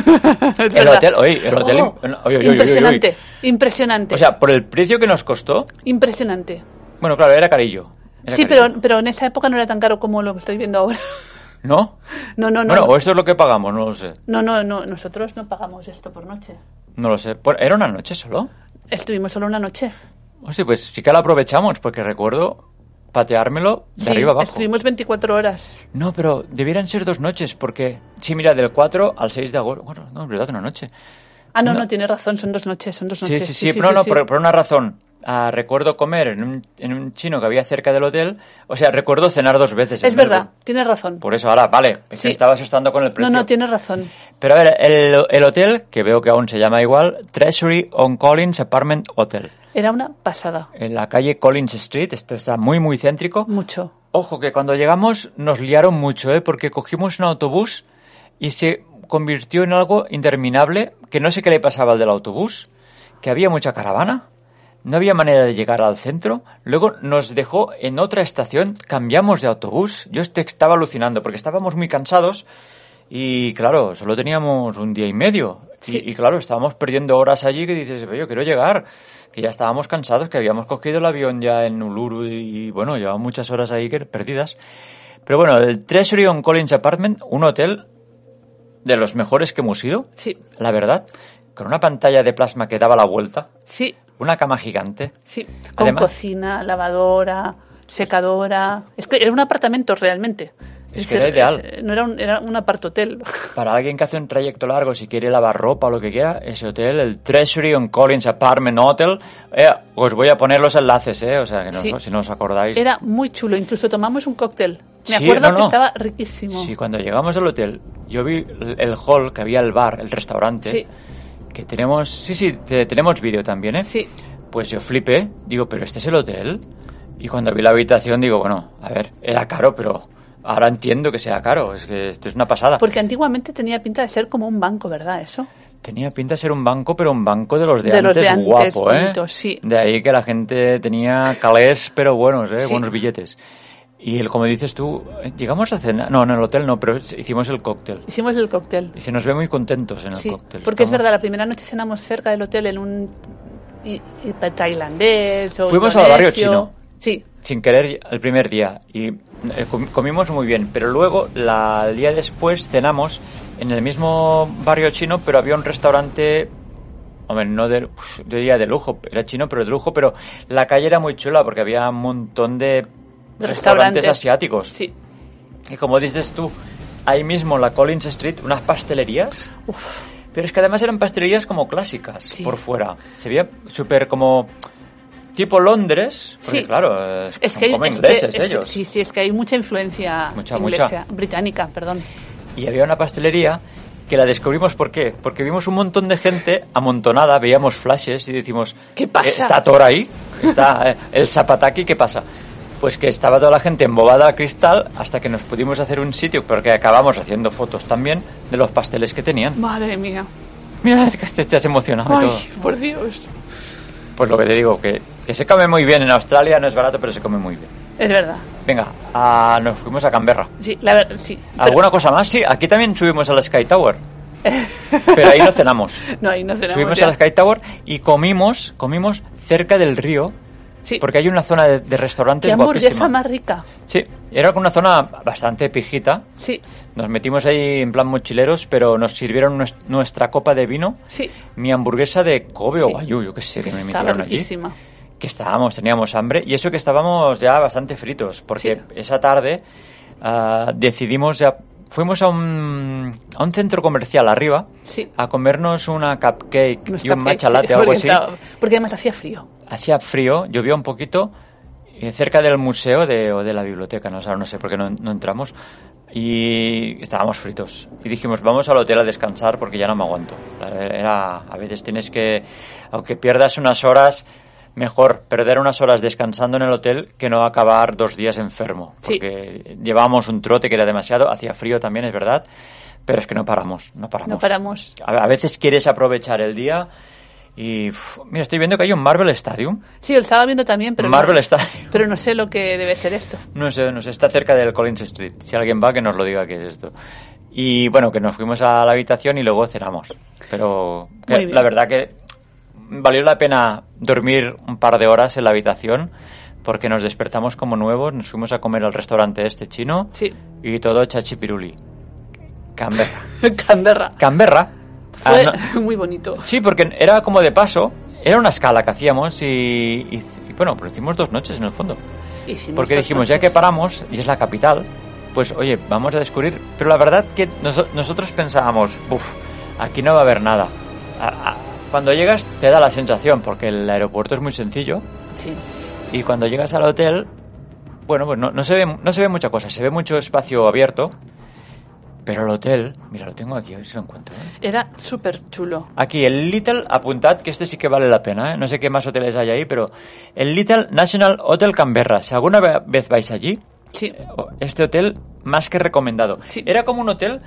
[SPEAKER 5] El
[SPEAKER 6] verdad.
[SPEAKER 5] hotel, oye, el hotel.
[SPEAKER 6] Oh,
[SPEAKER 5] oye, oye, oye, oye.
[SPEAKER 6] impresionante. Impresionante.
[SPEAKER 5] O sea, por el precio que nos costó,
[SPEAKER 6] impresionante.
[SPEAKER 5] Bueno, claro, era carillo. Era
[SPEAKER 6] Sí,
[SPEAKER 5] carillo.
[SPEAKER 6] pero, pero en esa época no era tan caro como lo que estoy viendo ahora. <laughs>
[SPEAKER 5] ¿No?
[SPEAKER 6] No, no, no.
[SPEAKER 5] Bueno, o esto es lo que pagamos, no lo sé.
[SPEAKER 6] No, no, no. Nosotros no pagamos esto por noche.
[SPEAKER 5] No lo sé. Por- ¿Era una noche solo?
[SPEAKER 6] Estuvimos solo una noche.
[SPEAKER 5] Hostia, pues sí que la aprovechamos, porque recuerdo pateármelo de
[SPEAKER 6] Sí,
[SPEAKER 5] arriba abajo.
[SPEAKER 6] Estuvimos 24 horas.
[SPEAKER 5] No, pero debieran ser dos noches, porque... Sí, mira, del 4 al 6 de agosto... Bueno, no, es verdad, una noche.
[SPEAKER 6] Ah, no,
[SPEAKER 5] No.
[SPEAKER 6] no, tienes razón. Son dos noches. Son dos
[SPEAKER 5] Sí,
[SPEAKER 6] noches.
[SPEAKER 5] sí, sí, no, no, Por, por una razón. Ah, recuerdo comer en un, en un chino que había cerca del hotel. O sea, recuerdo cenar dos veces. en
[SPEAKER 6] Es verdad.
[SPEAKER 5] Melbourne.
[SPEAKER 6] Tienes razón.
[SPEAKER 5] Por eso, ahora, vale, es que
[SPEAKER 6] Sí.
[SPEAKER 5] me estaba asustando con el precio.
[SPEAKER 6] No, no, tienes razón.
[SPEAKER 5] Pero a ver, el, el hotel, que veo que aún se llama igual, Treasury on Collins Apartment Hotel.
[SPEAKER 6] Era una pasada.
[SPEAKER 5] En la calle Collins Street, esto está muy, muy céntrico.
[SPEAKER 6] Mucho.
[SPEAKER 5] Ojo, que cuando llegamos nos liaron mucho, ¿eh? Porque cogimos un autobús y se convirtió en algo interminable, que no sé qué le pasaba al del autobús, que había mucha caravana, no había manera de llegar al centro, luego nos dejó en otra estación, cambiamos de autobús, yo este- estaba alucinando porque estábamos muy cansados y claro, solo teníamos un día y medio. Y-
[SPEAKER 6] Sí.
[SPEAKER 5] Y, claro, estábamos perdiendo horas allí que dices, "Pero yo quiero llegar, que ya estábamos cansados, que habíamos cogido el avión ya en Uluru y, y, bueno, llevamos muchas horas ahí que- perdidas. Pero bueno, el Treasury on Collins Apartment, un hotel de los mejores que hemos ido,
[SPEAKER 6] Sí,
[SPEAKER 5] la verdad, con una pantalla de plasma que daba la vuelta,
[SPEAKER 6] sí,
[SPEAKER 5] una cama gigante.
[SPEAKER 6] sí. Con
[SPEAKER 5] Además-
[SPEAKER 6] cocina, lavadora, secadora. Es que era un apartamento realmente.
[SPEAKER 5] Es
[SPEAKER 6] Es
[SPEAKER 5] que era
[SPEAKER 6] decir,
[SPEAKER 5] ideal.
[SPEAKER 6] es- eh, no era un, era un apartotel.
[SPEAKER 5] Para alguien que hace un trayecto largo, si quiere lavar ropa o lo que quiera, ese hotel, el Treasury on Collins Apartment Hotel, eh, os voy a poner los enlaces, eh, o sea, que no-
[SPEAKER 6] Sí.
[SPEAKER 5] si no os acordáis.
[SPEAKER 6] Era muy chulo. Incluso tomamos un cóctel. Me
[SPEAKER 5] Sí,
[SPEAKER 6] acuerdo
[SPEAKER 5] no,
[SPEAKER 6] que
[SPEAKER 5] no.
[SPEAKER 6] estaba riquísimo.
[SPEAKER 5] Sí, cuando llegamos al hotel, yo vi el el hall que había el bar, el restaurante,
[SPEAKER 6] Sí.
[SPEAKER 5] que tenemos, sí, sí, te- tenemos vídeo también, ¿eh?
[SPEAKER 6] Sí.
[SPEAKER 5] Pues yo flipé, digo, pero este es el hotel. Y cuando vi la habitación, digo, bueno, a ver, era caro, pero ahora entiendo que sea caro, es que esto es una pasada.
[SPEAKER 6] Porque antiguamente tenía pinta de ser como un banco, ¿verdad? Eso.
[SPEAKER 5] Tenía pinta de ser un banco, pero un banco de los de,
[SPEAKER 6] De los
[SPEAKER 5] antes,
[SPEAKER 6] de antes,
[SPEAKER 5] guapo, ¿eh?
[SPEAKER 6] bonitos, sí.
[SPEAKER 5] De ahí que la gente tenía calés, pero buenos, ¿eh?
[SPEAKER 6] Sí.
[SPEAKER 5] Buenos billetes. Y el, como dices tú, eh, llegamos a cenar, no, en el hotel no, pero hicimos el cóctel.
[SPEAKER 6] Hicimos el cóctel.
[SPEAKER 5] Y se nos ve muy contentos en el
[SPEAKER 6] Sí,
[SPEAKER 5] cóctel.
[SPEAKER 6] porque es
[SPEAKER 5] Estamos-
[SPEAKER 6] verdad, la primera noche cenamos cerca del hotel en un i- i- tailandés o
[SPEAKER 5] Fuimos al barrio
[SPEAKER 6] indonesio.
[SPEAKER 5] chino.
[SPEAKER 6] Sí,
[SPEAKER 5] sin querer el primer día y eh, com- comimos muy bien, pero luego la, el día después cenamos en el mismo barrio chino, pero había un restaurante, hombre, no de, pues, yo diría de lujo, era chino pero de lujo, pero la calle era muy chula porque había un montón de
[SPEAKER 6] De
[SPEAKER 5] restaurantes,
[SPEAKER 6] restaurantes.
[SPEAKER 5] asiáticos.
[SPEAKER 6] Sí.
[SPEAKER 5] Y como dices tú, ahí mismo en la Collins Street, unas pastelerías. Pero es que además eran pastelerías como clásicas
[SPEAKER 6] Sí.
[SPEAKER 5] por fuera. Se veía súper como tipo Londres. Porque
[SPEAKER 6] Sí.
[SPEAKER 5] claro, es,
[SPEAKER 6] Es
[SPEAKER 5] son
[SPEAKER 6] que, hay-
[SPEAKER 5] como
[SPEAKER 6] es que-
[SPEAKER 5] ingleses
[SPEAKER 6] es-
[SPEAKER 5] ellos.
[SPEAKER 6] sí, sí, es que hay mucha influencia
[SPEAKER 5] Mucha,
[SPEAKER 6] inglesa, británica, perdón.
[SPEAKER 5] Y había una pastelería que la descubrimos por qué. Porque vimos un montón de gente amontonada, veíamos flashes y decimos,
[SPEAKER 6] ¿Qué pasa?
[SPEAKER 5] ¿Está Thor ahí? ¿Está eh, el Zapataki? ¿Qué pasa? Pues que estaba toda la gente embobada al cristal hasta que nos pudimos hacer un sitio, porque acabamos haciendo fotos también de los pasteles que tenían.
[SPEAKER 6] Madre mía.
[SPEAKER 5] Mira, es que te, te has emocionado y
[SPEAKER 6] Ay,
[SPEAKER 5] todo.
[SPEAKER 6] por Dios.
[SPEAKER 5] Pues lo que te digo, que, que se come muy bien en Australia, no es barato, pero se come muy bien.
[SPEAKER 6] Es verdad.
[SPEAKER 5] Venga, ah, nos fuimos a Canberra.
[SPEAKER 6] Sí, la verdad, sí. Pero-
[SPEAKER 5] ¿Alguna cosa más? Sí, aquí también subimos a la Sky Tower. Pero ahí no cenamos.
[SPEAKER 6] <laughs> No, ahí no cenamos
[SPEAKER 5] Subimos
[SPEAKER 6] ya.
[SPEAKER 5] a la Sky Tower y comimos, comimos cerca del río,
[SPEAKER 6] Sí.
[SPEAKER 5] porque hay una zona de, de restaurantes
[SPEAKER 6] Qué hamburguesa
[SPEAKER 5] guapísima.
[SPEAKER 6] más rica.
[SPEAKER 5] Sí, era una zona bastante pijita.
[SPEAKER 6] Sí,
[SPEAKER 5] Nos metimos ahí en plan mochileros, pero nos sirvieron nues- nuestra copa de vino,
[SPEAKER 6] sí.
[SPEAKER 5] mi hamburguesa de Kobe
[SPEAKER 6] Sí.
[SPEAKER 5] o Wagyu, yo qué sé, que me
[SPEAKER 6] Estaba
[SPEAKER 5] metieron allí
[SPEAKER 6] riquísima.
[SPEAKER 5] que estábamos, teníamos hambre y eso que estábamos ya bastante fritos, porque
[SPEAKER 6] Sí.
[SPEAKER 5] esa tarde ah, decidimos ya, fuimos a un, a un centro comercial arriba
[SPEAKER 6] Sí.
[SPEAKER 5] a comernos una cupcake
[SPEAKER 6] Unos
[SPEAKER 5] Ah, y un
[SPEAKER 6] cupcakes,
[SPEAKER 5] matcha
[SPEAKER 6] sí,
[SPEAKER 5] latte o algo
[SPEAKER 6] porque
[SPEAKER 5] así.
[SPEAKER 6] estaba- Porque además hacía frío.
[SPEAKER 5] Hacía frío, llovía un poquito eh, cerca del museo de, o de la biblioteca, no, sé, ahora no sé por qué no, no entramos y estábamos fritos y dijimos vamos al hotel a descansar porque ya no me aguanto. Era, a veces tienes que, aunque pierdas unas horas, mejor perder unas horas descansando en el hotel que no acabar dos días enfermo,
[SPEAKER 6] Sí.
[SPEAKER 5] porque llevábamos un trote que era demasiado, hacía frío también es verdad, pero es que no paramos, no paramos.
[SPEAKER 6] No paramos.
[SPEAKER 5] A a veces quieres aprovechar el día y uf, mira, estoy viendo que hay un Marvel Stadium.
[SPEAKER 6] Sí, lo estaba viendo también, pero
[SPEAKER 5] Marvel
[SPEAKER 6] no,
[SPEAKER 5] Stadium.
[SPEAKER 6] pero no sé lo que debe ser esto.
[SPEAKER 5] No sé, no sé, está cerca del Collins Street. Si alguien va, que nos lo diga qué es esto. Y bueno, que nos fuimos a la habitación y luego cenamos. Pero que
[SPEAKER 6] Muy bien.
[SPEAKER 5] la verdad que valió la pena dormir un par de horas en la habitación porque nos despertamos como nuevos, nos fuimos a comer al restaurante este chino
[SPEAKER 6] Sí. <laughs>
[SPEAKER 5] y todo chachipiruli. <laughs> Canberra.
[SPEAKER 6] Canberra.
[SPEAKER 5] Canberra. Ah,
[SPEAKER 6] Fue
[SPEAKER 5] no-
[SPEAKER 6] muy bonito.
[SPEAKER 5] Sí, porque era como de paso, era una escala que hacíamos y, y- y, bueno, pero hicimos dos noches en el fondo.
[SPEAKER 6] Hicimos
[SPEAKER 5] Porque
[SPEAKER 6] dos
[SPEAKER 5] dijimos, ya que
[SPEAKER 6] noches.
[SPEAKER 5] paramos y es la capital, pues oye, vamos a descubrir. Pero la verdad que noso- nosotros pensábamos, uff, aquí no va a haber nada. A- a- Cuando llegas te da la sensación, porque el aeropuerto es muy sencillo,
[SPEAKER 6] Sí.
[SPEAKER 5] y cuando llegas al hotel, bueno, pues no, no se ve, no se ve mucha cosa, se ve mucho espacio abierto, pero el hotel, mira, lo tengo aquí, a ver si lo encuentro. ¿eh?
[SPEAKER 6] Era súper chulo.
[SPEAKER 5] Aquí, el Little, apuntad que este sí que vale la pena, ¿eh? no sé qué más hoteles hay ahí, pero el Little National Hotel Canberra, si alguna ve- vez vais allí,
[SPEAKER 6] Sí.
[SPEAKER 5] este hotel más que recomendado.
[SPEAKER 6] Sí.
[SPEAKER 5] Era como un hotel,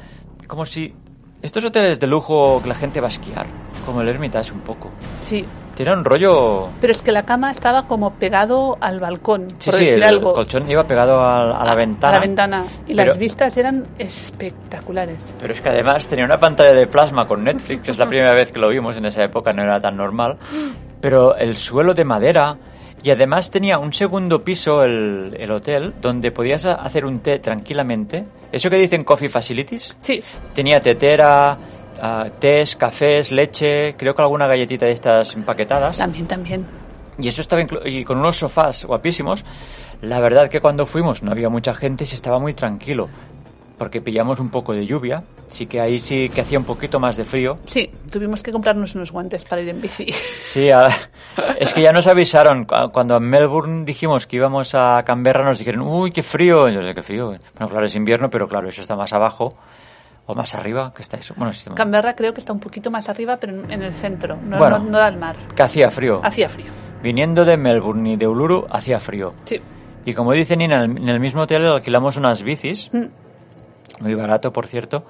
[SPEAKER 5] como si... Estos hoteles de lujo que la gente va a esquiar, como el Hermitage un poco.
[SPEAKER 6] Sí.
[SPEAKER 5] Tiene un rollo...
[SPEAKER 6] Pero es que la cama estaba como pegado al balcón,
[SPEAKER 5] Sí,
[SPEAKER 6] por
[SPEAKER 5] sí, el,
[SPEAKER 6] decir algo.
[SPEAKER 5] colchón iba pegado a, a la
[SPEAKER 6] a
[SPEAKER 5] ventana.
[SPEAKER 6] la ventana. Y
[SPEAKER 5] Pero-
[SPEAKER 6] las vistas eran espectaculares.
[SPEAKER 5] Pero es que además tenía una pantalla de plasma con Netflix, es la primera vez que lo vimos en esa época, no era tan normal. Pero el suelo de madera y además tenía un segundo piso el, el hotel donde podías a- hacer un té tranquilamente. Eso que dicen coffee facilities.
[SPEAKER 6] Sí,
[SPEAKER 5] Tenía tetera, ah, tés, cafés, leche, creo que alguna galletita de estas empaquetadas.
[SPEAKER 6] también, también.
[SPEAKER 5] Y eso estaba inclu- y con unos sofás guapísimos. La verdad que cuando fuimos no había mucha gente y se estaba muy tranquilo. Porque pillamos un poco de lluvia. Sí que ahí sí que hacía un poquito más de frío.
[SPEAKER 6] Sí, tuvimos que comprarnos unos guantes para ir en bici.
[SPEAKER 5] Sí, a- es que ya nos avisaron. Cu- Cuando en Melbourne dijimos que íbamos a Canberra nos dijeron, uy, qué frío. Y Yo sé, qué frío. Bueno, claro, es invierno, pero claro, eso está más abajo. O más arriba, que está eso. Bueno, sí,
[SPEAKER 6] Canberra creo que está un poquito más arriba, pero en en el centro, no,
[SPEAKER 5] Bueno.
[SPEAKER 6] no, no da al mar.
[SPEAKER 5] que hacía frío.
[SPEAKER 6] Hacía frío.
[SPEAKER 5] Viniendo de Melbourne y de Uluru, hacía frío.
[SPEAKER 6] Sí.
[SPEAKER 5] Y como dice Nina, en el- en el mismo hotel alquilamos unas bicis.
[SPEAKER 6] Mm.
[SPEAKER 5] muy barato, por cierto,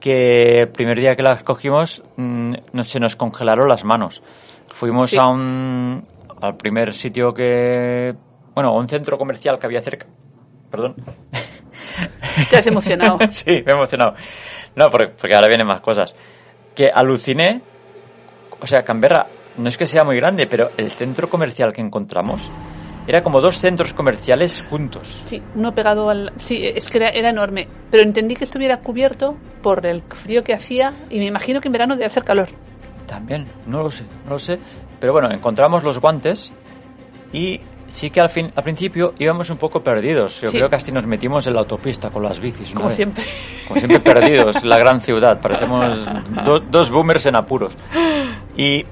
[SPEAKER 5] que el primer día que las cogimos mm, no- se nos congelaron las manos. Fuimos
[SPEAKER 6] Sí.
[SPEAKER 5] a un, al primer sitio que... Bueno, a un centro comercial que había cerca. Perdón. <laughs>
[SPEAKER 6] Te has emocionado.
[SPEAKER 5] sí, me he emocionado. No, porque, porque ahora vienen más cosas. Que aluciné. O sea, Canberra no es que sea muy grande, pero el centro comercial que encontramos Era como dos centros comerciales juntos.
[SPEAKER 6] Sí, uno pegado al. Sí, es que era, era enorme. Pero entendí que estuviera cubierto por el frío que hacía y me imagino que en verano debe hacer calor.
[SPEAKER 5] También, no lo sé, no lo sé. Pero bueno, encontramos los guantes y sí que al, fin, al principio íbamos un poco perdidos. Yo
[SPEAKER 6] Sí.
[SPEAKER 5] creo que hasta nos metimos en la autopista con las bicis. una
[SPEAKER 6] Como
[SPEAKER 5] vez.
[SPEAKER 6] siempre.
[SPEAKER 5] Como siempre perdidos, la gran ciudad.
[SPEAKER 6] <laughs>
[SPEAKER 5] Parecemos do- dos boomers en apuros. Y,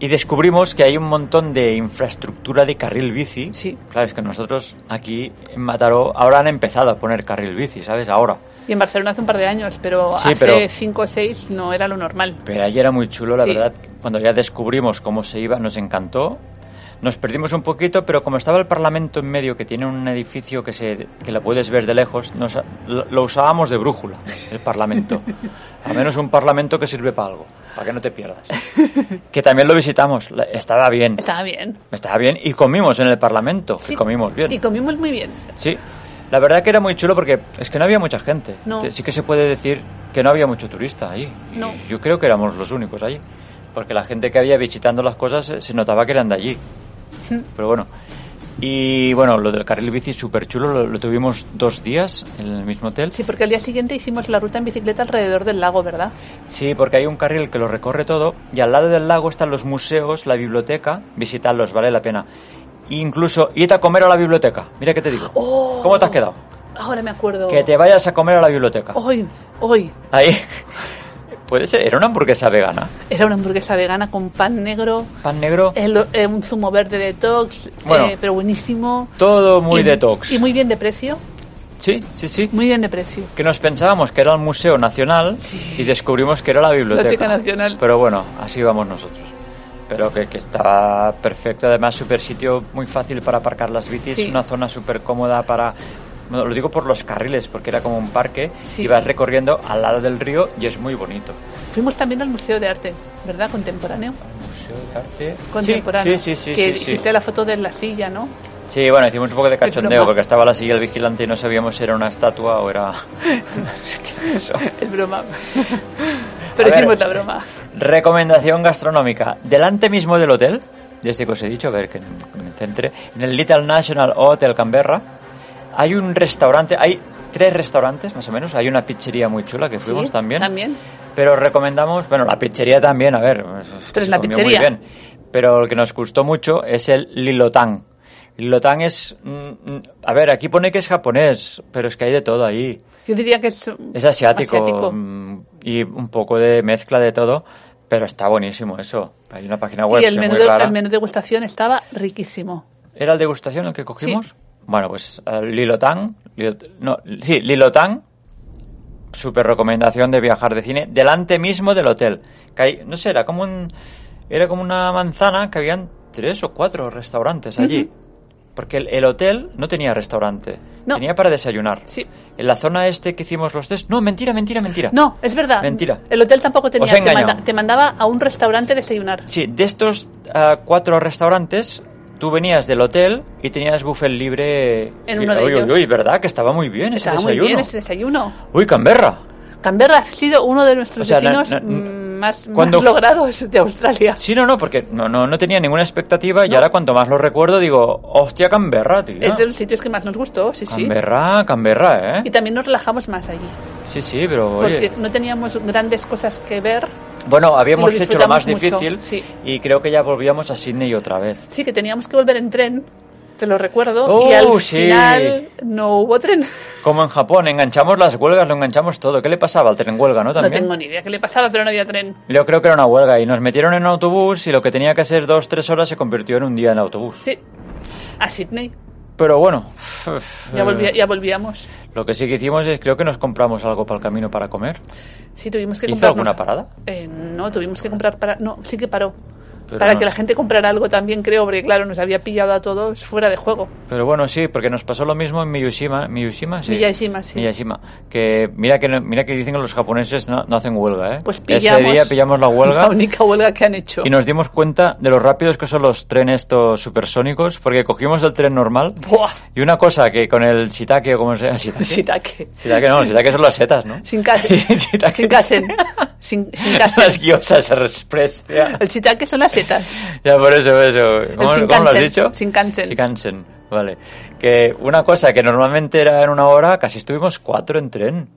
[SPEAKER 5] y descubrimos que hay un montón de infraestructura de carril bici.
[SPEAKER 6] Sí.
[SPEAKER 5] Claro, es que nosotros aquí en Mataró ahora han empezado a poner carril bici, ¿sabes? Ahora.
[SPEAKER 6] Y en Barcelona hace un par de años, pero
[SPEAKER 5] Sí,
[SPEAKER 6] hace
[SPEAKER 5] pero-
[SPEAKER 6] cinco o seis no era lo normal.
[SPEAKER 5] Pero ayer era muy chulo, la
[SPEAKER 6] Sí.
[SPEAKER 5] verdad. Cuando ya descubrimos cómo se iba, nos encantó. Nos perdimos un poquito, pero como estaba el Parlamento en medio, que tiene un edificio que, se, que la puedes ver de lejos, nos- lo, lo usábamos de brújula, el
[SPEAKER 6] <laughs>
[SPEAKER 5] Parlamento. Al menos un Parlamento que sirve para algo, para que no te pierdas. Que también lo visitamos, la- estaba bien.
[SPEAKER 6] Estaba bien.
[SPEAKER 5] Estaba bien y comimos en el Parlamento, que
[SPEAKER 6] Sí.
[SPEAKER 5] pues comimos bien.
[SPEAKER 6] Y comimos muy bien.
[SPEAKER 5] Sí, la verdad que era muy chulo porque es que no había mucha gente.
[SPEAKER 6] No.
[SPEAKER 5] Sí que se puede decir que no había mucho turista allí. Y
[SPEAKER 6] No.
[SPEAKER 5] Yo creo que éramos los únicos allí. Porque la gente que había visitando las cosas eh, se notaba que eran de allí.
[SPEAKER 6] Mm.
[SPEAKER 5] Pero bueno. Y bueno, lo del carril bici súper chulo, lo, lo tuvimos dos días en el mismo hotel.
[SPEAKER 6] Sí, porque al día siguiente hicimos la ruta en bicicleta alrededor del lago, ¿verdad?
[SPEAKER 5] Sí, porque hay un carril que lo recorre todo y al lado del lago están los museos, la biblioteca, visitarlos vale la pena. Incluso ir a comer a la biblioteca. Mira qué te digo.
[SPEAKER 6] Oh.
[SPEAKER 5] ¿Cómo te has quedado?
[SPEAKER 6] Ahora me acuerdo.
[SPEAKER 5] Que te vayas a comer a la biblioteca.
[SPEAKER 6] Hoy, hoy.
[SPEAKER 5] Ahí. Puede ser, era una hamburguesa vegana.
[SPEAKER 6] Era una hamburguesa vegana con pan negro,
[SPEAKER 5] Pan negro,
[SPEAKER 6] el- eh, un zumo verde detox,
[SPEAKER 5] Bueno.
[SPEAKER 6] eh, pero buenísimo.
[SPEAKER 5] todo muy
[SPEAKER 6] Y-
[SPEAKER 5] detox.
[SPEAKER 6] Y muy bien de precio.
[SPEAKER 5] Sí, sí, sí.
[SPEAKER 6] Muy bien de precio.
[SPEAKER 5] Que nos pensábamos que era el Museo Nacional y descubrimos que era la Biblioteca
[SPEAKER 6] Biblioteca Nacional.
[SPEAKER 5] Pero bueno, así vamos nosotros. Pero que, que estaba perfecto, además súper sitio muy fácil para aparcar las bicis,
[SPEAKER 6] Sí.
[SPEAKER 5] una zona súper cómoda para... bueno, lo digo por los carriles, porque era como un parque
[SPEAKER 6] Sí.
[SPEAKER 5] y vas recorriendo al lado del río y es muy bonito.
[SPEAKER 6] Fuimos también al Museo de Arte, ¿verdad? Contemporáneo.
[SPEAKER 5] Museo de Arte Sí,
[SPEAKER 6] Contemporáneo.
[SPEAKER 5] Sí, sí, sí.
[SPEAKER 6] Que
[SPEAKER 5] sí, sí.
[SPEAKER 6] hiciste la foto de la silla, ¿no?
[SPEAKER 5] Sí, bueno, hicimos un poco de
[SPEAKER 6] Es
[SPEAKER 5] cachondeo
[SPEAKER 6] broma.
[SPEAKER 5] porque estaba la silla el vigilante y no sabíamos si era una estatua o era... <laughs> ¿Qué es eso?
[SPEAKER 6] <laughs>
[SPEAKER 5] <laughs>
[SPEAKER 6] Es broma. Pero
[SPEAKER 5] A ver.
[SPEAKER 6] hicimos la broma.
[SPEAKER 5] Recomendación gastronómica. Delante mismo del hotel, desde que os he dicho, a ver que me centre, en el Little National Hotel Canberra, hay un restaurante, hay tres restaurantes más o menos, hay una pizzería muy chula que fuimos
[SPEAKER 6] Sí,
[SPEAKER 5] también.
[SPEAKER 6] También.
[SPEAKER 5] Pero recomendamos, bueno, la pizzería también, a ver, es que
[SPEAKER 6] Pero es
[SPEAKER 5] se
[SPEAKER 6] la
[SPEAKER 5] comió
[SPEAKER 6] pizzería.
[SPEAKER 5] Muy bien. Pero el que nos gustó mucho es el Lilotang. Lilotang es, mm, mm, a ver, aquí pone que es japonés, pero es que hay de todo ahí.
[SPEAKER 6] Yo diría que es,
[SPEAKER 5] Es asiático, mm, y un poco de mezcla de todo, pero está buenísimo eso. Hay una página web
[SPEAKER 6] y el
[SPEAKER 5] que es
[SPEAKER 6] menú,
[SPEAKER 5] muy
[SPEAKER 6] de,
[SPEAKER 5] rara.
[SPEAKER 6] el menú de gustación estaba riquísimo.
[SPEAKER 5] ¿Era el degustación el que cogimos? Bueno, pues eh, Lilotang, Lilot- no, sí, Lilotang, super recomendación de viajar de cine, delante mismo del hotel. Que hay- no sé, era como un, era como una manzana que habían tres o cuatro restaurantes allí. Porque el, el hotel no tenía restaurante,
[SPEAKER 6] No.
[SPEAKER 5] tenía para desayunar.
[SPEAKER 6] Sí.
[SPEAKER 5] En la zona este que hicimos los test, no, mentira, mentira, mentira.
[SPEAKER 6] No, es verdad.
[SPEAKER 5] Mentira.
[SPEAKER 6] El hotel tampoco tenía.
[SPEAKER 5] Os he
[SPEAKER 6] Te,
[SPEAKER 5] engañado.
[SPEAKER 6] manda- te mandaba a un restaurante a desayunar.
[SPEAKER 5] Sí, de estos ah, cuatro restaurantes, tú venías del hotel y tenías buffet libre.
[SPEAKER 6] En uno de
[SPEAKER 5] Uy,
[SPEAKER 6] ellos.
[SPEAKER 5] Uy, uy, verdad que estaba muy bien ese
[SPEAKER 6] estaba muy
[SPEAKER 5] desayuno.
[SPEAKER 6] bien ese desayuno.
[SPEAKER 5] Uy, Canberra.
[SPEAKER 6] Canberra ha sido uno de nuestros
[SPEAKER 5] O sea,
[SPEAKER 6] vecinos
[SPEAKER 5] na- na-
[SPEAKER 6] mm, más, más
[SPEAKER 5] cuando-
[SPEAKER 6] logrados de Australia.
[SPEAKER 5] Sí, no, no, porque no, no, no tenía ninguna expectativa y
[SPEAKER 6] No.
[SPEAKER 5] ahora cuanto más lo recuerdo digo, hostia, Canberra, tío.
[SPEAKER 6] Es de los sitios que más nos gustó, sí, sí.
[SPEAKER 5] Canberra, Canberra,
[SPEAKER 6] Y
[SPEAKER 5] ¿eh?
[SPEAKER 6] también nos relajamos más allí,
[SPEAKER 5] Sí, sí, pero oye.
[SPEAKER 6] porque no teníamos grandes cosas que ver.
[SPEAKER 5] Bueno, habíamos
[SPEAKER 6] lo
[SPEAKER 5] hecho lo más
[SPEAKER 6] disfrutamos mucho,
[SPEAKER 5] difícil
[SPEAKER 6] sí.
[SPEAKER 5] y creo que ya volvíamos a Sydney otra vez.
[SPEAKER 6] Sí, que teníamos que volver en tren, te lo recuerdo.
[SPEAKER 5] Oh,
[SPEAKER 6] y al
[SPEAKER 5] sí.
[SPEAKER 6] final no hubo tren.
[SPEAKER 5] Como en Japón, enganchamos las huelgas, lo enganchamos todo. ¿Qué le pasaba al tren huelga, no? También.
[SPEAKER 6] No tengo ni idea qué le pasaba, pero no había tren.
[SPEAKER 5] Yo creo que era una huelga y nos metieron en un autobús y lo que tenía que ser dos, tres horas se convirtió en un día en autobús.
[SPEAKER 6] Sí, a Sydney.
[SPEAKER 5] Pero bueno,
[SPEAKER 6] Ya, volvía-
[SPEAKER 5] Eh.
[SPEAKER 6] ya volvíamos.
[SPEAKER 5] lo que sí que hicimos es creo que nos compramos algo para el camino para comer.
[SPEAKER 6] Sí, tuvimos que
[SPEAKER 5] ¿Hizo
[SPEAKER 6] comprar.
[SPEAKER 5] alguna parada?
[SPEAKER 6] Eh, no, tuvimos que comprar para. No, sí que paró.
[SPEAKER 5] Pero
[SPEAKER 6] para
[SPEAKER 5] no
[SPEAKER 6] que la
[SPEAKER 5] sé.
[SPEAKER 6] gente comprara algo también, creo, porque claro, nos había pillado a todos fuera de juego.
[SPEAKER 5] Pero bueno, sí, porque nos pasó lo mismo en Miyushima. ¿Miyushima? Sí.
[SPEAKER 6] Miyashima, sí.
[SPEAKER 5] Miyashima. Que mira que, no- mira que dicen que los japoneses no, no hacen huelga, ¿eh?
[SPEAKER 6] Pues
[SPEAKER 5] Ese
[SPEAKER 6] pillamos.
[SPEAKER 5] día pillamos la huelga
[SPEAKER 6] <laughs> La única huelga que han hecho.
[SPEAKER 5] y nos dimos cuenta de lo rápidos que son los trenes estos supersónicos porque cogimos el tren normal
[SPEAKER 6] Buah.
[SPEAKER 5] y una cosa que con el
[SPEAKER 6] <laughs>
[SPEAKER 5] shiitake o como sea... ¿Shiitake?
[SPEAKER 6] Shiitake.
[SPEAKER 5] <laughs> Shiitake no, shiitake son las setas, ¿no?
[SPEAKER 6] Sin casen.
[SPEAKER 5] Shiitake.
[SPEAKER 6] Sin casen. Sin, sin cárcel.
[SPEAKER 5] <laughs> Las guiosas se resprestia.
[SPEAKER 6] El shiitake son las setas.
[SPEAKER 5] Ya por eso, eso. ¿Cómo,
[SPEAKER 6] El
[SPEAKER 5] cómo lo has
[SPEAKER 6] Shinkansen,
[SPEAKER 5] dicho?
[SPEAKER 6] Shinkansen.
[SPEAKER 5] Shinkansen, vale. Que una cosa que normalmente era en una hora, casi estuvimos cuatro en tren.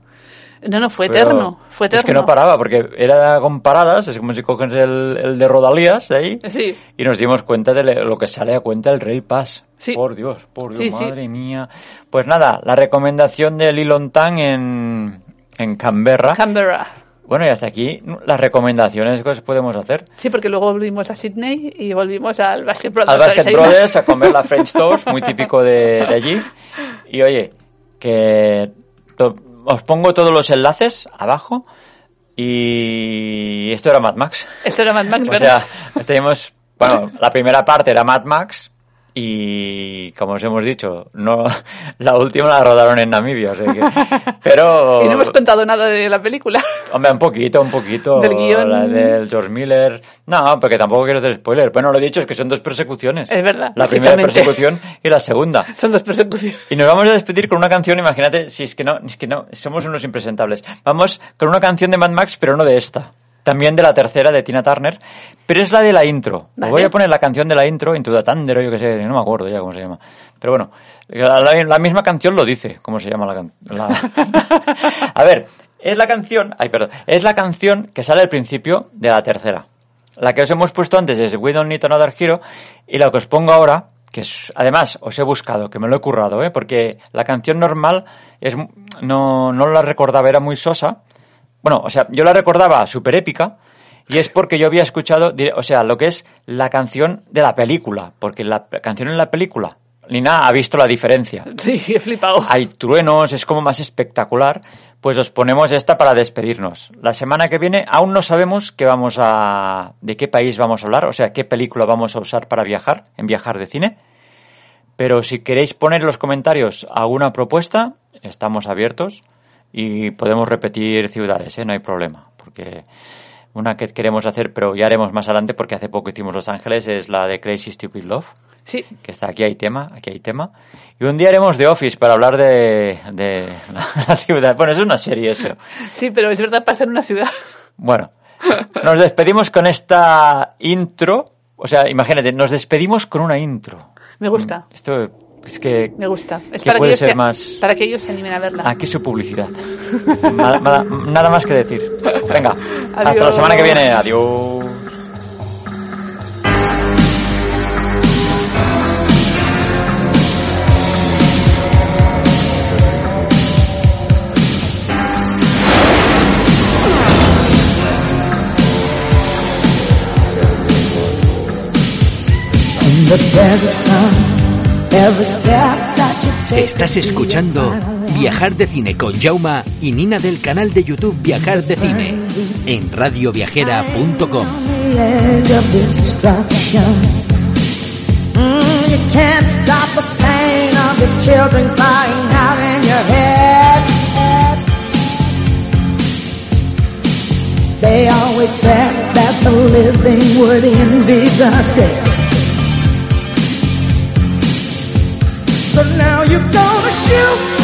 [SPEAKER 6] No, no, fue
[SPEAKER 5] Pero
[SPEAKER 6] eterno. Fue eterno.
[SPEAKER 5] Es que no paraba, porque era con paradas, es como si coges el, el de Rodalías de ahí,
[SPEAKER 6] Sí.
[SPEAKER 5] y nos dimos cuenta de le- lo que sale a cuenta el Rail Pass.
[SPEAKER 6] Sí.
[SPEAKER 5] Por Dios, por Dios,
[SPEAKER 6] Sí, sí.
[SPEAKER 5] madre mía. Pues nada, la recomendación de Lilon Tan en, en Canberra.
[SPEAKER 6] Canberra.
[SPEAKER 5] bueno, y hasta aquí las recomendaciones que os podemos hacer.
[SPEAKER 6] Sí, porque luego volvimos a Sydney y volvimos al Basket Brothers.
[SPEAKER 5] al
[SPEAKER 6] a
[SPEAKER 5] Basket
[SPEAKER 6] desayunar.
[SPEAKER 5] Brothers a comer la French Toast, muy típico de, de allí. Y oye, que to- os pongo todos los enlaces abajo. Y esto era Mad Max.
[SPEAKER 6] Esto era Mad Max,
[SPEAKER 5] O
[SPEAKER 6] ¿verdad?
[SPEAKER 5] sea, tenemos, bueno, la primera parte era Mad Max y como os hemos dicho, no la última la rodaron en Namibia, o sea
[SPEAKER 6] <laughs>
[SPEAKER 5] que, pero
[SPEAKER 6] y no hemos contado nada de la película. <laughs>
[SPEAKER 5] Hombre, un poquito, un poquito.
[SPEAKER 6] Del guión.
[SPEAKER 5] La del George Miller. No, porque tampoco quiero hacer spoiler. Bueno, lo he dicho, es que son dos persecuciones.
[SPEAKER 6] Es verdad,
[SPEAKER 5] La primera
[SPEAKER 6] básicamente.
[SPEAKER 5] persecución y la segunda.
[SPEAKER 6] Son dos persecuciones.
[SPEAKER 5] Y nos vamos a despedir con una canción, imagínate, si es que no, es que no, somos unos impresentables. Vamos con una canción de Mad Max, pero no de esta. También de la tercera, de Tina Turner, pero es la de la intro. Os
[SPEAKER 6] Vale.
[SPEAKER 5] Voy a poner la canción de la intro, Into the Thunder, o yo que sé, no me acuerdo ya cómo se llama. Pero bueno, la, la- la misma canción lo dice, cómo se llama la <laughs> canción. a ver, es la canción, ay perdón, es la canción que sale al principio de la tercera. La que os hemos puesto antes es We Don't Need Another Hero y la que os pongo ahora, que es, además os he buscado, que me lo he currado, ¿eh? porque la canción normal es, mu- no, no la recordaba, era muy sosa. Bueno, o sea, yo la recordaba súper épica y es porque yo había escuchado, dire- o sea, lo que es la canción de la película, porque la p- canción en la película, Lina ha visto la diferencia
[SPEAKER 6] Sí, he flipado.
[SPEAKER 5] hay truenos, es como más espectacular, pues os ponemos esta para despedirnos. La semana que viene aún no sabemos qué vamos a de qué país vamos a hablar, o sea, qué película vamos a usar para viajar, en viajar de cine. Pero si queréis poner en los comentarios alguna propuesta, estamos abiertos y podemos repetir ciudades, ¿eh? no hay problema, porque una que queremos hacer, pero ya haremos más adelante porque hace poco hicimos Los Ángeles, es la de Crazy Stupid Love
[SPEAKER 6] Sí,
[SPEAKER 5] que está aquí hay tema, aquí hay tema. Y un día haremos The Office para hablar de, de <laughs> la, la ciudad. Bueno, es una serie eso.
[SPEAKER 6] sí, pero es verdad pasa en una ciudad. <laughs>
[SPEAKER 5] Bueno, nos despedimos con esta intro. O sea, imagínate, nos despedimos con una intro.
[SPEAKER 6] Me gusta,
[SPEAKER 5] Esto es que...
[SPEAKER 6] me gusta. Es
[SPEAKER 5] ¿Qué
[SPEAKER 6] para
[SPEAKER 5] puede
[SPEAKER 6] que, ellos
[SPEAKER 5] ser
[SPEAKER 6] se,
[SPEAKER 5] más?
[SPEAKER 6] para que ellos se animen a verla.
[SPEAKER 5] Aquí su publicidad. Nada, nada- nada más que decir. Venga, hasta la
[SPEAKER 6] Adiós.
[SPEAKER 5] semana que viene. Adiós.
[SPEAKER 8] Estás escuchando Viajar de Cine con Jauma y Nina del canal de YouTube Viajar de Cine en radioviajera.com.
[SPEAKER 9] edge of destruction. Mm, you can't stop the pain of the children crying out in your head. They always said that the living would envy the dead. So now you're gonna shoot